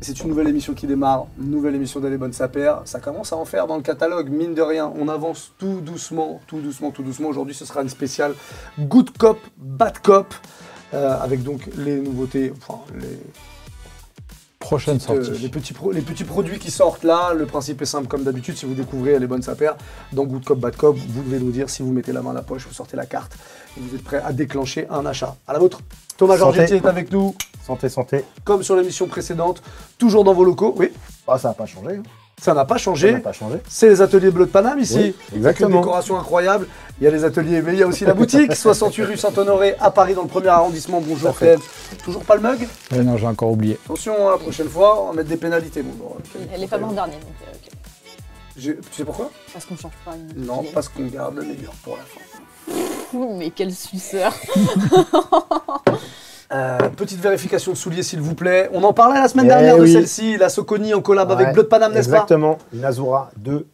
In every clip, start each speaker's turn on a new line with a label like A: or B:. A: C'est une nouvelle émission qui démarre, une nouvelle émission d'Elle est bonne sa paire. Ça commence à en faire dans le catalogue, mine de rien. On avance tout doucement, tout doucement, tout doucement. Aujourd'hui, ce sera une spéciale Good Cop, Bad Cop, euh, avec donc les nouveautés, enfin, les,
B: Prochaine
A: petites, euh,
B: sortie.
A: les, petits pro- les petits produits qui sortent là, le principe est simple comme d'habitude, si vous découvrez Elle est bonne sa paire, dans Good Cop, Bad Cop, vous devez nous dire si vous mettez la main à la poche, vous sortez la carte, et vous êtes prêt à déclencher un achat. À la vôtre, Thomas
C: Santé.
A: Georgetti est avec nous,
C: Santé, santé.
A: comme sur l'émission précédente, toujours dans vos locaux, oui,
C: Ah, ça n'a pas changé. hein.
A: ça n'a pas
C: Ça
A: changé.
C: n'a pas changé.
A: C'est les ateliers bleus de Paname ici.
C: Oui,
A: Une
C: exactement.
A: décoration incroyable. Il y a les ateliers, mais il y a aussi la boutique. 68 rue Saint-Honoré à Paris dans le premier arrondissement. Bonjour
C: Parfait.
A: Kev. Toujours pas le mug
B: Eh non, j'ai encore oublié.
A: Attention, hein, la prochaine fois, on va mettre des pénalités. Bon, bon, ok.
D: Elle est pas morte dernier, donc euh, ok.
A: J'ai- Tu sais pourquoi
D: Parce qu'on change pas. une-
A: Non,
D: une-
A: parce qu'on garde le meilleur pour la fin.
D: Ouh, Mais quel suceur
A: Euh, petite vérification de souliers, s'il vous plaît. On en parlait la semaine
C: Eh
A: dernière de
C: oui.
A: celle-ci, la Soconi en collab
C: Ouais,
A: avec Bleu de Paname, n'est-ce pas
C: Exactement. Une Azura 2.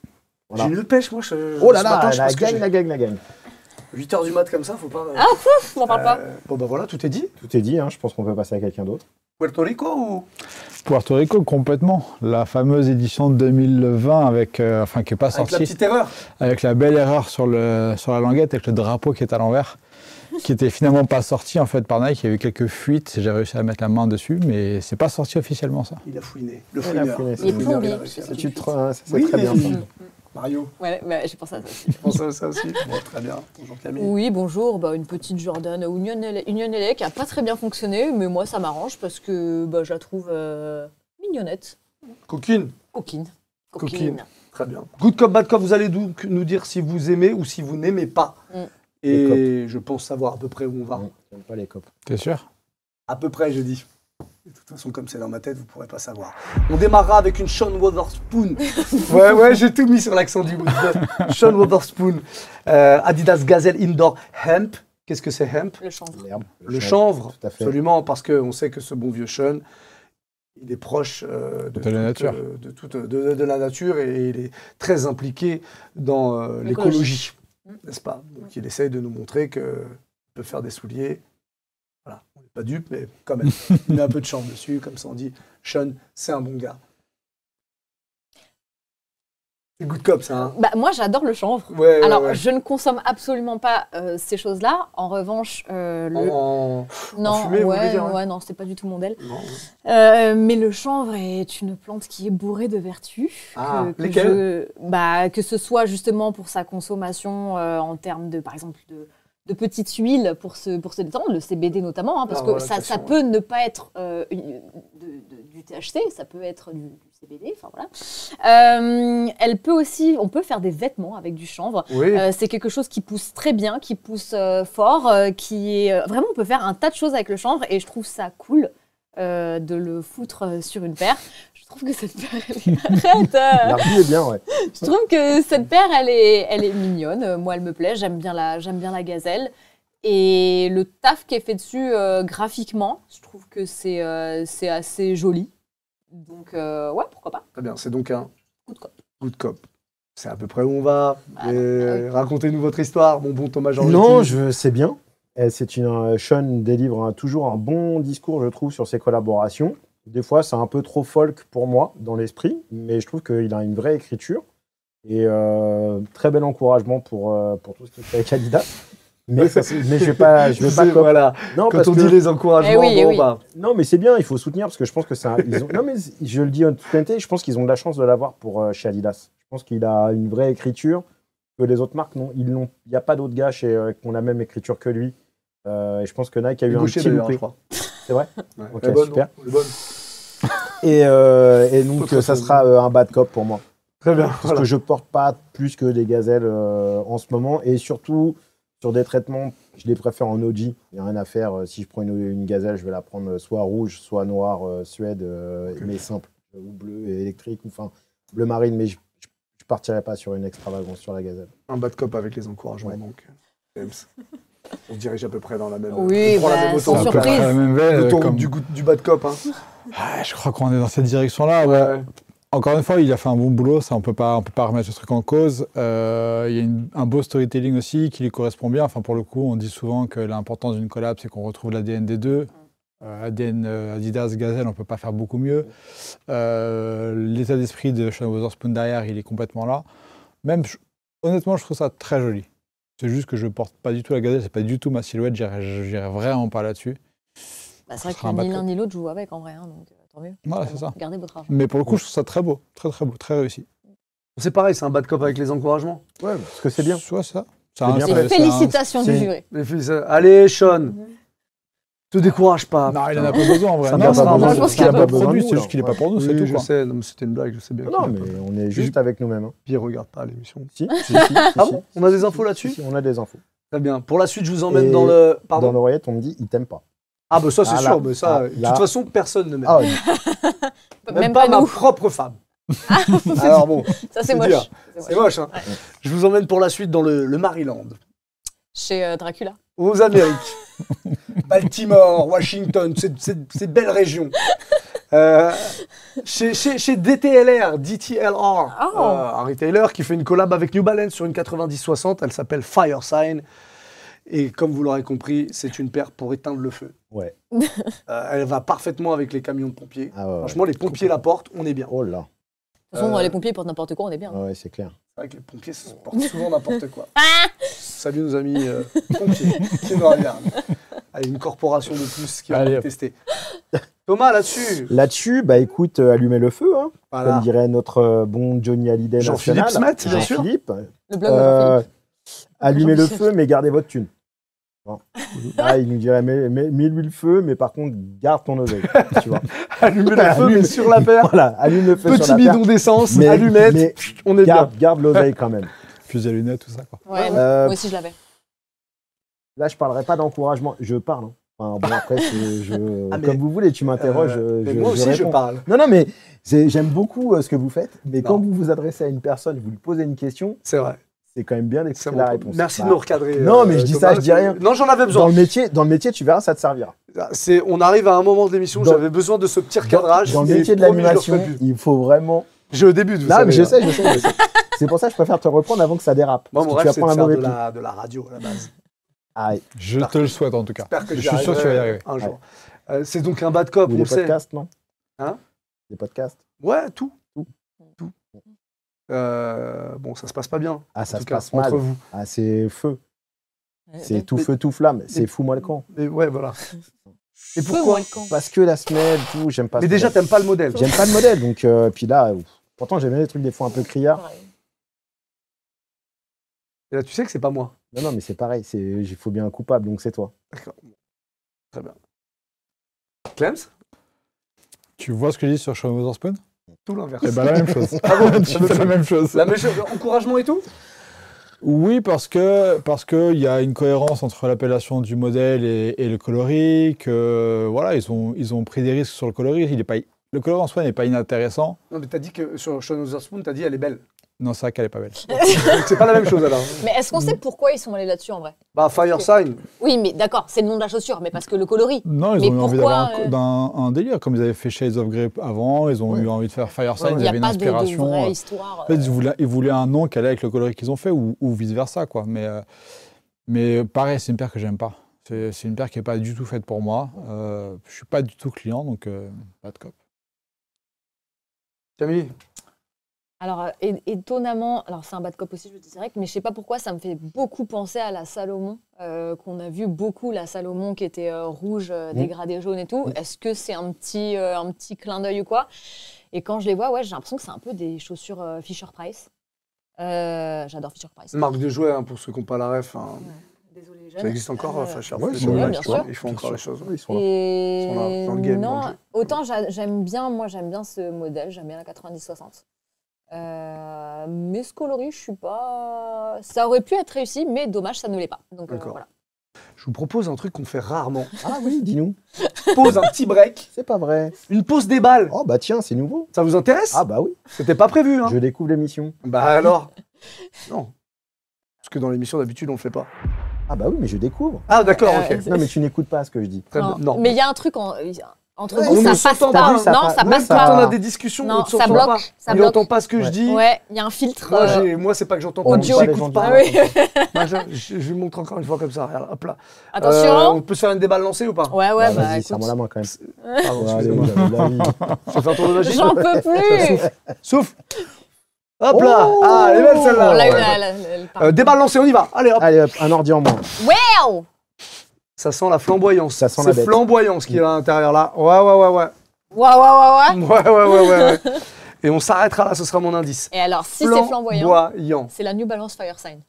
C: Voilà.
A: J'ai une pêche, moi. Je...
C: Oh là
A: ce
C: là,
A: matin, je sais pas
C: la
A: ce que
C: gagne, la gagne, la gagne.
A: 8h du mat comme ça, faut pas.
D: Ah. On n'en parle pas.
A: Euh, Bon, bah voilà, tout est dit.
C: Tout est dit, hein, je pense qu'on peut passer à quelqu'un d'autre.
A: Puerto Rico ou
B: Puerto Rico, complètement. La fameuse édition de 2020, avec, euh, enfin, qui n'est pas
A: Avec la
B: sortie,
A: petite erreur.
B: avec la belle erreur sur, le, sur la languette, avec le drapeau qui est à l'envers, qui était finalement pas sorti en fait par Nike. Il y a eu quelques fuites, j'ai réussi à mettre la main dessus, mais c'est pas sorti officiellement ça.
A: Il a fouiné. Le
C: Il a
A: fouineur.
C: fouiné,
A: Le
C: c'est
D: Les
C: bon.
A: fouineur, il a
D: plombiers.
A: réussi à
C: Ça,
A: le
C: tu
A: tuer.
C: te tra- ça, c'est
A: Oui,
C: très bien.
A: oui.
C: ça.
A: Mario,
D: Ouais, bah, j'ai pensé à ça aussi.
A: je pense à ça aussi. Bon, très bien. Bonjour Camille.
D: Oui, bonjour. Bah, une petite Jordan Union LA, Union LA qui a pas très bien fonctionné, mais moi ça m'arrange parce que bah, je la trouve euh, mignonnette.
A: Coquine.
D: Coquine.
A: Coquine. Très bien. Good cop, bad cop, vous allez donc nous dire si vous aimez ou si vous n'aimez pas.
D: Mm.
A: Et je pense savoir à peu près où on va.
C: Mm. J'aime pas les copes.
B: T'es sûr
A: À peu près, je dis. De toute façon, comme c'est dans ma tête, vous pourrez pas savoir. On démarrera avec une Sean Wotherspoon. ouais, ouais, j'ai tout mis sur l'accent du Woodstock. Sean Wotherspoon. Euh, Adidas Gazelle Indoor Hemp. Qu'est-ce que c'est Hemp
D: Le chanvre.
C: L'herbe,
A: Le chanvre,
C: Tout à fait.
A: absolument, parce qu'on sait que ce bon vieux Sean, il est proche euh, de,
B: De la
A: toute,
B: nature.
A: euh, de, toute- de- de- de la nature et il est très impliqué dans euh, l'écologie,
D: L'écologie.
A: n'est-ce pas Donc il essaye de nous montrer que on peut faire des souliers. Voilà, on n'est pas dupe, mais quand même, il met un peu de chanvre dessus, comme ça on dit, Sean, c'est un bon gars. C'est good cop, ça, hein
D: Bah, moi j'adore le chanvre.
A: Ouais, ouais,
D: Alors,
A: ouais.
D: je ne consomme absolument pas euh, ces choses-là. En revanche, euh, le...
A: En-
D: non,
A: en fumée, vous voulez
D: ouais,
A: dire, hein
D: ouais, non, c'était pas du tout mon modèle.
A: en- non.
D: Euh, mais le chanvre est une plante qui est bourrée de vertus.
A: Ah,
D: que, que
A: lesquelles
D: je- bah, que ce soit justement pour sa consommation euh, en termes de, par exemple, de, de petites huiles pour se, pour se détendre, le CBD notamment, hein, parce
A: Ah,
D: que
A: voilà,
D: ça, ça
A: attention,
D: peut ne pas être euh, une- de- de- du THC, ça peut être du, du CBD, enfin voilà. Euh, elle peut aussi, on peut faire des vêtements avec du chanvre.
A: Oui,
D: Euh, c'est quelque chose qui pousse très bien, qui pousse euh, fort, euh, qui est vraiment on peut faire un tas de choses avec le chanvre et je trouve ça cool euh, de le foutre euh, sur une paire. Je trouve que cette paire, elle est... arrête. euh,
C: L'arbi est bien, ouais.
D: je trouve que cette paire, elle est, elle est mignonne. Euh, Moi, elle me plaît. J'aime bien la, j'aime bien la gazelle. Et le taf qui est fait dessus euh, graphiquement, je trouve que c'est, euh, c'est assez joli. Donc euh, ouais, pourquoi pas.
A: très bien, c'est donc un
D: Coup de cop.
A: Good cop. C'est à peu près où on va.
D: Ah,
A: Et Racontez-nous votre histoire, mon bon Thomas Georgetti.
C: Non, je sais bien. Eh, C'est une euh, Sean délivre un- toujours un bon discours, je trouve, sur ses collaborations. Des fois, c'est un peu trop folk pour moi dans l'esprit, mais je trouve qu'il a une vraie écriture et euh, très bel encouragement pour, euh, pour tout ce qu'il fait avec Adidas. Mais, ça, c'est- mais je vais pas, je vais pas
A: C'est-
C: cop-
A: voilà.
C: Non,
A: Quand
C: parce
A: on
C: que-
A: dit les encouragements,
D: Eh oui, eh
A: bon,
D: oui.
A: bah,
C: non, mais c'est bien, il faut soutenir parce que je pense que c'est un- ils ont- non, mais je le dis en toute honnêteté, je pense qu'ils ont de la chance de l'avoir pour euh, chez Adidas. Je pense qu'il a une vraie écriture que les autres marques n'ont. Ils l'ont. Il n'y a pas d'autres gars chez, euh, qui ont la même écriture que lui. Euh, et je pense que Nike a eu un
A: Gaucher
C: petit
A: d'ailleurs,
C: loupé.
A: je crois.
C: C'est vrai
A: Ouais.
C: Ok,
A: La bonne,
C: super.
A: non La bonne.
C: Et, euh, et donc,
A: Autre
C: euh, ça
A: chose.
C: sera euh, un bad cop pour moi.
A: Très bien.
C: Parce
A: voilà.
C: que je porte pas plus que des gazelles euh, en ce moment. Et surtout, sur des traitements, je les préfère en OG. Il n'y a rien à faire. Euh, Si je prends une, une gazelle, je vais la prendre soit rouge, soit noire, euh, suède, euh, mais simple. Ou bleu et électrique, ou enfin bleu marine. Mais je ne partirai pas sur une extravagance sur la gazelle.
A: Un bad cop avec les encouragements,
C: Ouais.
A: donc. euh, James. On se dirige à peu près dans la même.
D: Oui,
A: on prend la
D: bah,
A: même
D: sans
A: autoroute,
D: surprise.
A: la-
B: la même veine,
C: Euh,
A: L'autoroute
B: comme-
A: du, goût- du bad cop. Hein.
B: Ah, je crois qu'on est dans cette direction-là. ouais. Encore une fois, il a fait un bon boulot, ça on peut pas, on peut pas remettre ce truc en cause. Euh, il y a une- un beau storytelling aussi qui lui correspond bien. Enfin, pour le coup, on dit souvent que l'importance d'une collab, c'est qu'on retrouve l'ADN des deux. Euh, ADN, euh, Adidas, Gazelle, on ne peut pas faire beaucoup mieux. Euh, L'état d'esprit de Sean Witherspoon derrière, il est complètement là. Même, je- honnêtement, je trouve ça très joli. C'est juste que je porte pas du tout la Gazelle, c'est pas du tout ma silhouette, j'irai j'irai vraiment pas là-dessus.
D: Bah, c'est vrai
B: Ce
D: que
B: sera un
D: ni
B: backup.
D: l'un ni l'autre joue avec en vrai, hein, donc euh, tant mieux.
B: Voilà, c'est ça.
D: Gardez votre argent.
B: Mais pour le coup, je trouve ça très beau, très très beau, très réussi.
A: C'est pareil, c'est un bad cop avec les encouragements.
C: Ouais, parce que c'est bien.
B: Soit ça.
C: C'est bien
B: ça-
C: fait.
D: Et
B: ça-
D: félicitations du
C: c'est-
D: jury.
A: Les filles, ça- allez, Sean, te décourage pas.
B: Non, il en a pas besoin en vrai.
A: Ça
B: Non,
A: me
B: c'est
A: parle
B: pas
A: pas.
B: parce qu'il a
C: Ça me
B: pas
C: parle pas
B: produit,
C: beaucoup,
B: c'est juste qu'il est
C: là.
B: pas pour nous, c'est
A: Oui,
B: tout.
A: je
B: quoi.
A: sais, non, mais c'était une blague, je sais bien.
C: Ah Non,
A: qu'il
C: mais
A: a pas.
C: on est juste avec nous-mêmes. hein.
A: Puis il regarde pas l'émission.
C: Si, si, si, si,
A: Ah
C: si.
A: bon On a des infos
C: Si,
A: là-dessus
C: si, On a des infos.
A: Très bien. Pour la suite, je vous emmène
C: Et
A: dans le.
C: Dans
A: Pardon.
C: l'oreillette, on me dit, il t'aime pas.
A: Ah, bah ça, c'est
C: Ah, là.
A: sûr. mais ça,
C: Ah,
A: de toute
C: là.
A: façon, personne ne m'aime.
C: Ah, ouais.
A: même, pas, ma propre femme. Alors bon,
D: Ça, c'est
A: C'est
D: moche.
A: dur.
D: C'est
A: c'est moche.
D: moche.
A: hein. Je vous emmène pour la suite dans le, le Maryland,
D: Chez euh, Dracula.
A: aux Amériques. Baltimore, Washington, ces- ces ces belles régions. Euh, chez, chez- chez DTLR, DTLR,
D: Oh.
A: euh, un retailer qui fait une collab avec New Balance sur une 90-60. Elle s'appelle Firesign. Et comme vous l'aurez compris, c'est une paire pour éteindre le feu.
C: Ouais.
A: Euh, elle va parfaitement avec les camions de pompiers.
C: Ah, ouais, ouais.
A: Franchement, les pompiers la portent, on est bien.
C: Oh là.
D: De toute façon,
A: Euh,
D: les pompiers portent n'importe quoi, on est bien.
C: Ah ouais, c'est clair.
A: C'est vrai que les pompiers se portent souvent n'importe quoi. Salut nos amis euh, pompiers qui nous regardent. Allez, une corporation de plus qui
B: Allez,
A: va
B: hop.
A: tester. Thomas, là-dessus,
C: Là-dessus, bah écoute, euh, allumez le feu, hein,
A: voilà.
C: comme dirait notre euh, bon Johnny Hallyday
A: Jean-Philippe
C: national.
A: Smet, bien sûr.
C: Jean-Philippe.
D: Le blog
C: Euh, allumez le
D: Jean-Michel.
C: feu, mais gardez votre thune. Bon. Ah, il nous dirait, mais, mais- mets-lui le feu, mais par contre, garde ton oseille. tu vois.
A: Allumez le feu, mais sur la paire.
C: Voilà, allume le feu sur
A: Petit
C: la paire,
A: bidon d'essence,
C: mais-
A: allumette,
C: mais
A: on est bien.
C: garde, garde l'oseille quand même.
B: Fusil à lunettes, tout ça. Quoi.
D: Ouais,
A: Euh,
C: Euh,
D: Moi aussi, je l'avais.
C: là, je parlerai pas d'encouragement. Je parle. hein. Enfin, bon, après, c'est- je-
A: Ah, mais-
C: comme vous voulez, tu m'interroges.
A: Euh,
C: je-
A: mais
C: je-
A: moi
C: je
A: aussi, je
C: réponds.
A: parle.
C: Non, non, mais c'est- j'aime beaucoup euh, ce que vous faites, mais
A: Non.
C: quand vous vous adressez à une personne, vous lui posez une question,
A: C'est vrai.
C: c'est quand même bien
A: c'est
C: d'expliquer
A: bon.
C: la réponse.
A: Merci
C: Bah,
A: de nous recadrer. euh,
C: Non, mais je dis ça,
A: Thomas,
C: je dis rien.
A: Non, j'en avais
C: Dans
A: besoin. Ah,
C: le, métier, dans le métier, tu verras, ça te servira.
A: C'est- On arrive à un moment de l'émission,
C: Dans-
A: j'avais besoin de ce petit
C: Dans-
A: recadrage.
C: dans le
A: et
C: métier de
A: promis, je le
C: l'animation,
A: referai plus.
C: il faut vraiment.
A: J'ai au début, vous
C: Là,
A: savez,
C: mais je
A: hein.
C: sais, je sais, je sais. C'est pour ça que je préfère te reprendre avant que ça dérape.
A: Moi,
C: parce
A: mon
C: que
A: rêve,
C: tu
A: c'est de
C: vas prendre un
A: faire de
C: mauvais coup.
A: la, de la radio à la base.
C: Ah, et-
B: Je te le souhaite en tout cas.
A: J'espère que
B: je
A: j'y
B: suis sûr que tu vas y arriver.
A: Un jour. Euh, c'est donc un bad cop,
C: ou
A: on
C: des
A: le sait.
C: podcasts, non
A: Hein
C: Des podcasts.
A: Ouais, tout. Tout. tout. Euh, bon, ça se passe pas bien.
C: Ah,
A: en
C: ça
A: tout
C: se
A: cas,
C: passe
A: entre
C: mal.
A: vous.
C: Ah, c'est feu. C'est
D: Ouais.
C: tout feu, tout flamme. C'est fou-moi le camp.
A: Et ouais, voilà. Et
D: Peu
A: pourquoi
D: moins le camp.
C: Parce que la semelle, tout, j'aime pas
A: Mais
C: ce
A: déjà,
C: modèle.
A: t'aimes pas le modèle.
C: J'aime pas le modèle. Donc, euh, puis là, ouf. pourtant, j'aime bien les trucs des fois un peu criards.
A: Et là, tu sais que c'est pas moi.
C: Non, non, mais c'est pareil, c'est- il faut bien un coupable, donc c'est toi.
A: Clems
B: Tu vois ce que je dis sur Sean Witherspoon
A: Tout l'inverse.
B: Eh ben la même chose.
A: Ah bon,
B: tu fais la même chose.
A: La même chose, encouragement et tout
B: Oui, parce que parce que il y a une cohérence entre l'appellation du modèle et, et le coloris. Que voilà, ils ont ils ont pris des risques sur le coloris. Il est pas le coloris en soi n'est pas inintéressant.
A: Non, mais t'as dit que sur Shaun of the Spoon, t'as dit elle est belle.
B: Non, c'est vrai qu'elle est pas belle.
A: Donc, c'est pas la même chose alors.
D: Mais est-ce qu'on sait pourquoi ils sont allés là-dessus en vrai
A: Bah, Fire Sign.
D: Oui, mais d'accord, c'est le nom de la chaussure, mais parce que le coloris.
B: Non, ils
D: Mais
B: ont eu envie d'avoir
D: pourquoi,
B: un co-
D: euh
B: d'un un délire comme ils avaient fait Shades of Grey avant. Ils ont eu envie de faire Fire Sign.
D: Il
B: Ils
D: n'y a
B: avaient une
D: pas de, de
B: inspiration.
D: vraie
B: euh,
D: histoire.
B: En fait,
D: euh,
B: ils voulaient, ils voulaient un nom qui allait avec le coloris qu'ils ont fait ou, vice versa, quoi. Mais, euh, mais euh, pareil, c'est une paire que j'aime pas. C'est c'est une paire qui n'est pas du tout faite pour moi. Euh, je suis pas du tout client, donc euh, pas de cop.
A: Camille
D: Alors, euh, é- étonnamment, alors c'est un bad cop aussi, je le dis direct, mais je sais pas pourquoi, ça me fait beaucoup penser à la Salomon, euh, qu'on a vu beaucoup, la Salomon qui était euh, rouge,
A: Mmh.
D: euh, dégradée jaune et tout. Est-ce que c'est un petit, euh, un petit clin d'œil ou quoi Et quand je les vois, ouais, j'ai l'impression que c'est un peu des chaussures euh, Fisher-Price. Euh, J'adore Fisher-Price.
A: Marque de jouets, hein, pour ceux qui n'ont pas la ref. hein.
D: Désolée, les
A: Ça
D: jeunes.
A: existe encore,
D: Euh,
A: enfin, cher.
C: ouais,
A: ils
C: c'est
A: sont
C: vrai,
A: là,
D: bien
A: ils sont-
D: sûr.
A: Ils font encore les choses.
C: Ils sont là.
D: Et
A: Ils sont là, dans le game, dans le
D: non,
A: jeu.
D: autant j'a- j'aime bien, moi j'aime bien ce modèle, j'aime bien la 90-60. Euh, mais ce coloris, je suis pas. Ça aurait pu être réussi, mais dommage, ça ne l'est pas. Donc euh,
A: D'accord.
D: voilà.
A: Je vous propose un truc qu'on fait rarement.
C: Ah oui, dis-nous.
A: Pause un petit break,
C: C'est pas vrai.
A: une pause des balles.
C: Oh bah tiens, c'est nouveau.
A: Ça vous intéresse
C: Ah bah oui,
A: C'était pas prévu, hein
C: je découvre l'émission.
A: Bah alors Non. Parce que dans l'émission, d'habitude, on le fait pas.
C: Ah bah oui, mais je découvre.
A: Ah, d'accord,
D: Euh,
A: ok.
D: c'est-
C: Non, mais tu n'écoutes pas ce que je dis.
A: Très
D: Non,
A: bien. Non.
D: Mais il y a un truc en. il y a- Entre
A: Ouais,
D: nous,
A: on ne
D: ça passe
A: s'entend
D: pas.
C: plus, ça
D: non,
C: passe-
D: ça
C: même
D: passe
C: quand
A: Quand
D: pas.
A: on a Ah, des discussions,
D: Non,
A: on ne
D: ça
A: s'entend
D: bloque,
A: pas.
D: ça
A: il
D: bloque.
A: n'entend pas ce que je dis.
D: Ouais, il y a un filtre.
A: Moi,
D: euh,
A: j'ai- moi, c'est pas que j'entends
D: Audio.
A: pas,
C: J'aime pas les gens
A: j'écoute pas.
C: qui parlent
D: Ah oui.
C: comme ça.
A: Moi, je, je- je lui montre encore une fois comme ça. Regarde, hop là. Euh, on
D: Attention. hein.
A: peut se faire une déballe lancée ou pas
D: Ouais,
C: Bah,
D: ouais, bah,
C: Vas-y,
D: écoute.
C: serre-moi la main quand même.
A: Pardon,
C: Ouais, allez,
A: excusez-moi.
C: la vie.
D: Oh.
A: Je fais un tour de magie.
D: J'en peux plus.
A: Souffle. Hop là. ah, elle est belle celle-là.
D: On l'a eu,
A: Ouais.
D: elle- elle- elle part.
A: Euh, déballe lancée, on y va. Allez, hop.
C: Allez hop, un ordi en moins.
D: Wow.
A: Ça sent la flamboyance.
C: Ça sent la
A: C'est
C: bête.
A: flamboyance qui est à l'intérieur là. Ouais, ouais, ouais, ouais.
D: Waouh, waouh, waouh, waouh.
A: Ouais, ouais, ouais, ouais. ouais. Et on s'arrêtera là, ce sera mon indice.
D: Et alors, si c'est flamboyant,
A: Flamboyant.
D: c'est la New Balance Fire Sign.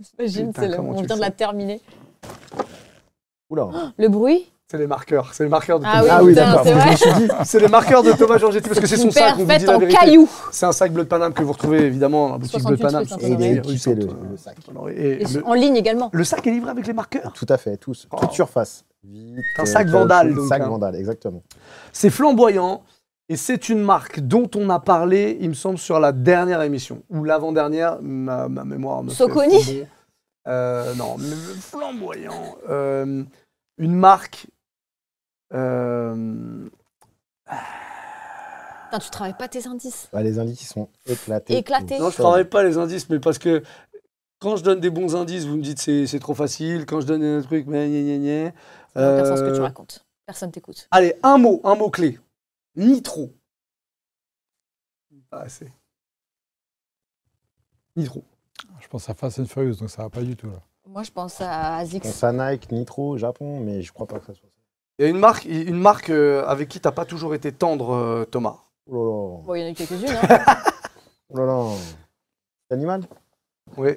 D: J'imagine,
A: Putain,
D: c'est le-
A: comment
D: on
A: tu le
D: vient de la
A: sais
D: terminer.
C: Oula.
D: Le bruit
A: C'est les marqueurs. C'est les marqueurs de
D: Ah
A: Thomas.
C: Ah oui,
D: putain,
C: d'accord.
D: c'est vrai.
C: Je me suis dit,
A: C'est les marqueurs de Thomas Georgetti parce que c'est son sac. on vous dit
D: Perfect
A: la
D: en
A: vérité.
D: caillou.
A: C'est un sac bleu de Paname que vous retrouvez évidemment dans la boutique bleu de
D: 68
A: Paname.
D: trucs,
C: Et il
D: Ouais.
C: est
A: Rue
C: équipé le,
A: Sainte-
C: le sac.
A: Et
D: Et
A: le-
D: en ligne également.
A: Le sac est livré avec les marqueurs.
C: Tout à fait, tous,
A: Oh.
C: toute surface. Vite,
A: un
C: euh,
A: sac
C: caoutchouc,
A: vandale, donc,
C: sac
A: hein.
C: vandale, exactement.
A: C'est flamboyant et c'est une marque dont on a parlé, il me semble, sur la dernière émission ou l'avant-dernière. Ma, ma mémoire me. fait
D: Saucony
A: faux bond. Euh, Non, mais flamboyant. Euh, une marque. euh,
D: Putain, tu travailles pas tes indices.
C: Bah, les indices ils sont éclatés.
D: Éclatés.
A: Non, je travaille pas les indices, mais parce que quand je donne des bons indices, vous me dites c'est c'est trop facile. Quand je donne un truc, mais gna gna gna.
D: Ça n'a aucun sens que tu
A: Euh,
D: racontes. Personne t'écoute.
A: Allez, un mot, un mot clé. Nitro. Pas assez. Nitro.
B: Je pense à Fast and Furious, donc ça va pas du tout. Là.
D: Moi, je pense à
C: On
D: Azix.
C: sait Nike, Nitro, Japon, mais je crois pas que ça soit ça.
A: Il y a une marque, une marque euh, avec qui t'as pas toujours été tendre, euh, Thomas.
C: Oh là là.
D: Bon, il y en a eu quelques-unes. hein.
C: Oh là là. C'est Animal
A: Oui.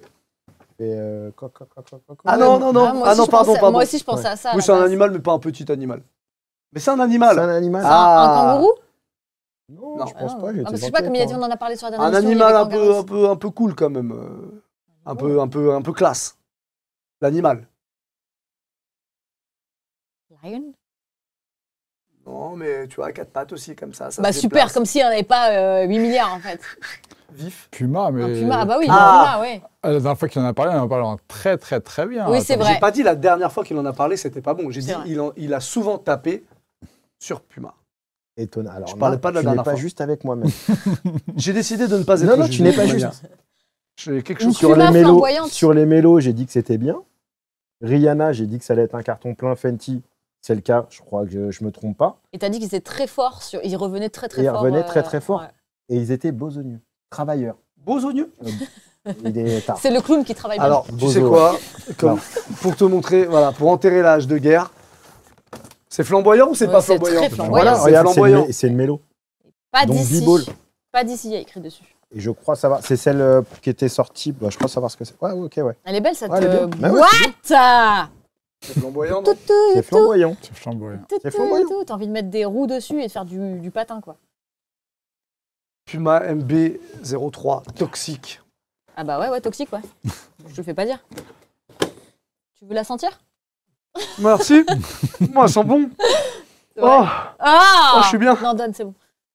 C: Et, euh, coq, coq, coq, coq, coq.
A: Ah non, non, non.
D: moi
A: Ah
D: aussi,
A: non,
D: je
A: pardon,
D: pensais-
A: pardon.
D: Moi aussi, je pensais à ça. à
A: oui,
D: la
A: c'est un
D: base.
A: animal, mais pas un petit animal. Mais c'est un
C: C'est
A: animal.
C: un animal
A: Ah.
D: Un kangourou
C: Non,
A: Non.
C: je pense
D: Ah non.
C: pas. j'ai
D: Ah,
C: été
D: parce que je sais
C: gentil
D: pas, comme il a
C: avec
D: dit, on
C: toi.
D: en a parlé sur la dernière
A: un
D: émission, il y
A: animal un
D: avait
A: peu, un
D: kangourous.
A: peu, un peu cool quand même. euh, Un peu, un peu, un peu classe. L'animal.
D: Lion
A: Non, mais tu vois, à quatre pattes aussi, comme ça. ça
D: Bah
A: se
D: super,
A: déplace.
D: comme s'il n'y en avait pas euh, 8 milliards en fait.
A: Vif.
B: Puma, mais.
D: Un puma, ah bah oui,
A: Ah.
D: un puma, ouais.
B: Euh, La dernière fois qu'il en a parlé, on en a parlé en très très très bien. hein,
D: Oui, c'est
B: Attends,
D: vrai.
A: J'ai pas dit la dernière fois qu'il en a parlé, c'était pas bon. J'ai
D: C'est
A: dit,
D: vrai.
A: il, en- il a souvent tapé sur Puma.
C: Étonnant. Alors,
A: Je parlais
C: non,
A: pas de la
C: tu n'es
A: dernière
C: pas
A: fois.
C: juste avec moi-même.
A: J'ai décidé de ne pas être
C: Non, non,
A: juge,
C: tu n'es
A: de
C: pas
A: toute
C: juste.
A: manière. J'ai quelque
D: Une
A: chose.
C: sur les
D: Puma
C: mélos,
D: flamboyante.
C: sur les mélos, j'ai dit que c'était bien. Rihanna, j'ai dit que ça allait être un carton plein Fenty. C'est le cas, je crois que je, je me trompe pas.
D: Et t'as dit qu'ils étaient très forts, sur... ils revenaient très très
C: Et ils
D: fort. euh,
C: revenaient très, très fort.
D: forts.
C: Et ils étaient besogneux, travailleurs.
A: Beaux oignons.
C: Il est tard.
D: C'est le clown qui travaille bien.
A: Alors, tu
C: Bozo.
A: sais quoi comme- Pour te montrer, voilà, pour enterrer l'âge de guerre, c'est flamboyant ou c'est
D: Ouais,
A: pas
D: c'est
A: flamboyant
D: très flamboyant.
A: Voilà,
C: Voilà,
D: c'est
A: regarde,
C: regarde, c'est le,
A: flamboyant.
C: mé- c'est le mélo.
D: Pas
C: donc,
D: d'ici.
C: B-ball.
D: Pas d'ici, il y a écrit dessus.
C: Et je crois savoir. C'est celle euh, qui était sortie. bah, je crois savoir ce que c'est. Ouais, ouais, ok, ouais.
D: Elle est belle cette
C: Ouais, elle est
D: euh,
C: bien. Bah ouais,
D: boîte
A: C'est flamboyant.
D: Tout,
A: non
D: tout,
C: C'est
D: tout,
C: flamboyant.
B: C'est flamboyant.
D: tout,
C: C'est
D: tout,
C: flamboyant.
D: tout. T'as envie de mettre des roues dessus et de faire du, du patin quoi.
A: Puma MB03, toxique.
D: Ah bah ouais, ouais, toxique ouais. Je te le fais pas dire. Tu veux la sentir
A: Merci. Moi, ça sent bon.
D: C'est vrai
A: Oh.
D: Ah
A: Oh, je suis bien.
D: Non, donne, c'est bon.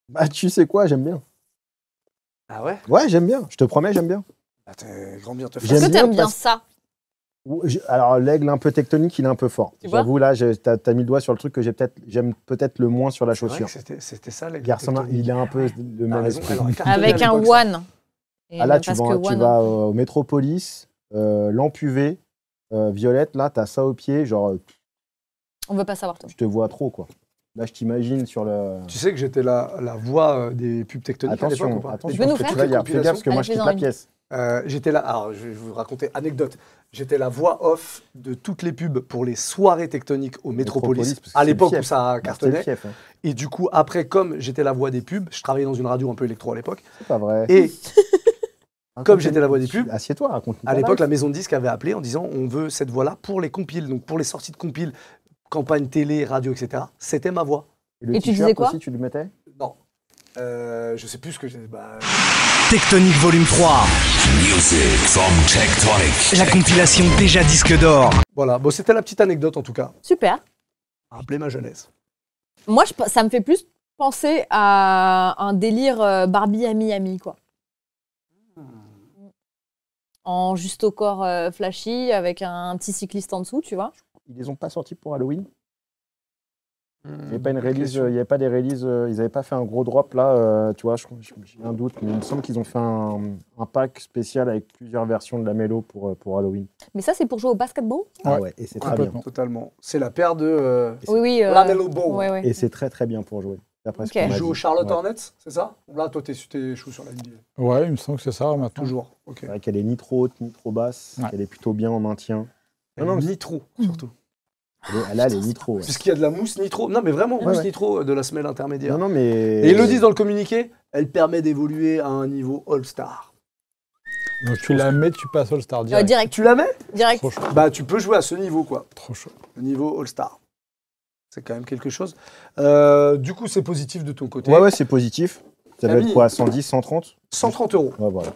C: Bah, tu sais quoi, j'aime bien.
A: Ah ouais
C: Ouais, j'aime bien. Je te promets, j'aime bien.
A: Ah, t'es- Grand bien te
C: J'aime
D: Est-ce que
C: bien
D: t'aimes bien
C: parce-
D: ça
C: Ou- je- Alors, l'aigle un peu tectonique, il est un peu fort.
D: Tu vois
C: J'avoue, là, j'ai- t'as as mis le doigt sur le truc que j'ai peut-être- j'aime peut-être le moins sur la
A: C'est vrai
C: chaussure.
A: que C'était c'était ça, les
C: Garçon, il a un peu le
A: T'as
C: même
A: raison,
C: esprit.
A: elle aurait cartonné à
D: Avec un
A: l'époque, ça.
D: one. Et
C: Ah là,
D: même
C: tu
D: parce
C: vas,
D: que
C: tu
D: one,
C: vas
D: on-
C: au Métropolis, euh, l'Ampuvé, euh, Violette, là, t'as ça au pied, genre, euh,
D: On veut pas savoir toi.
C: je te vois trop, quoi. Là, je t'imagine sur le...
A: Tu sais que j'étais la, la voix euh, des pubs tectoniques à l'époque ou
C: Attention,
A: pas
D: Tu
C: attention,
D: veux nous
C: parce que
D: faire
C: tu vas y avoir- fais gaffe, parce que moi,
D: Allez,
C: je quitte
D: fais-en
C: la
D: une.
C: pièce.
A: Euh, j'étais là, alors je vais vous raconter anecdote. J'étais la voix off de toutes les pubs pour les soirées tectoniques au Métropolis,
C: Métropolis, parce que
A: à
C: c'est le
A: l'époque où
C: fief.
A: ça
C: C'était le
A: cartonnait.
C: fief, hein.
A: Et du coup, après, comme j'étais la voix des pubs, je travaillais dans une radio un peu électro à l'époque.
C: Bah, C'est pas vrai.
A: Et
C: Raconte-nous-
A: j'étais la voix des pubs,
C: Assieds-toi, raconte-nous.
A: à
C: ta
A: l'époque,
C: life.
A: la maison de disques avait appelé en disant on veut cette voix-là pour les compiles, donc pour les sorties de compiles, campagne télé, radio, etc. C'était ma voix.
C: le
D: Et tu
C: t-shirt
D: disais quoi
C: aussi, tu le mettais
A: Non. Euh, je sais plus ce que j'ai. bah,
E: Tectonic Volume 3,
F: Music from Tectonic.
E: la compilation déjà disque d'or.
A: Voilà, bon, c'était la petite anecdote en tout cas.
D: Super.
A: Rappelez ma jeunesse.
D: Moi, je pe- ça me fait plus penser à un délire euh, Barbie à Miami, quoi.
C: Hmm.
D: En juste au corps euh, flashy, avec un petit cycliste en dessous, tu vois.
C: Ils les ont pas sortis pour Halloween Il n'y avait pas une release, euh, il y avait pas des releases, euh, ils n'avaient pas fait un gros drop là, euh, tu vois, je crois- je- j'ai un doute, mais il me semble qu'ils ont fait un, un pack spécial avec plusieurs versions de la mélo pour, euh, pour Halloween.
D: Mais ça, c'est pour jouer au basketball
B: Ah
C: ouais, et c'est
B: très bien.
A: Totalement. C'est la paire de euh,
C: Et c'est-
D: Oui, oui. euh,
A: Lamelo Ball.
D: ouais, ouais.
C: Et c'est très très bien pour jouer. D'après ce
D: Ok.
C: qu'on
A: Il
C: m'a
A: joue
C: dit.
A: au Charlotte
C: Ouais.
A: Hornets, c'est ça Là, toi, t'es, t'es chaud sur la NBA.
B: Ouais, il me semble que c'est ça maintenant.
A: Toujours. Ok.
C: C'est vrai qu'elle est ni trop haute ni trop basse,
B: Ouais.
C: qu'elle est plutôt bien en maintien.
A: Non, non, ni trop, surtout.
C: Elle, est- elle, a, elle est ni trop. ouais.
A: Puisqu'il y a de la mousse nitro. Non, mais vraiment,
C: Ouais,
A: mousse
C: ouais.
A: nitro euh, de la semelle intermédiaire.
C: Non, non, mais.
A: Et ils le disent dans le communiqué, elle permet d'évoluer à un niveau All-Star.
B: Donc tu la mets, tu passes All-Star
D: Euh,
B: direct.
D: Ah. direct,
A: Tu la mets
D: direct.
B: Trop chaud,
A: Bah, tu peux jouer à ce niveau, quoi.
B: trop chaud.
A: Le niveau All-Star. C'est quand même quelque chose. Euh, du coup, c'est positif de ton côté.
C: Ouais, ouais, c'est positif. Ça doit
A: Camille.
C: être quoi 110, 130
A: 130 euros.
C: Ouais, voilà.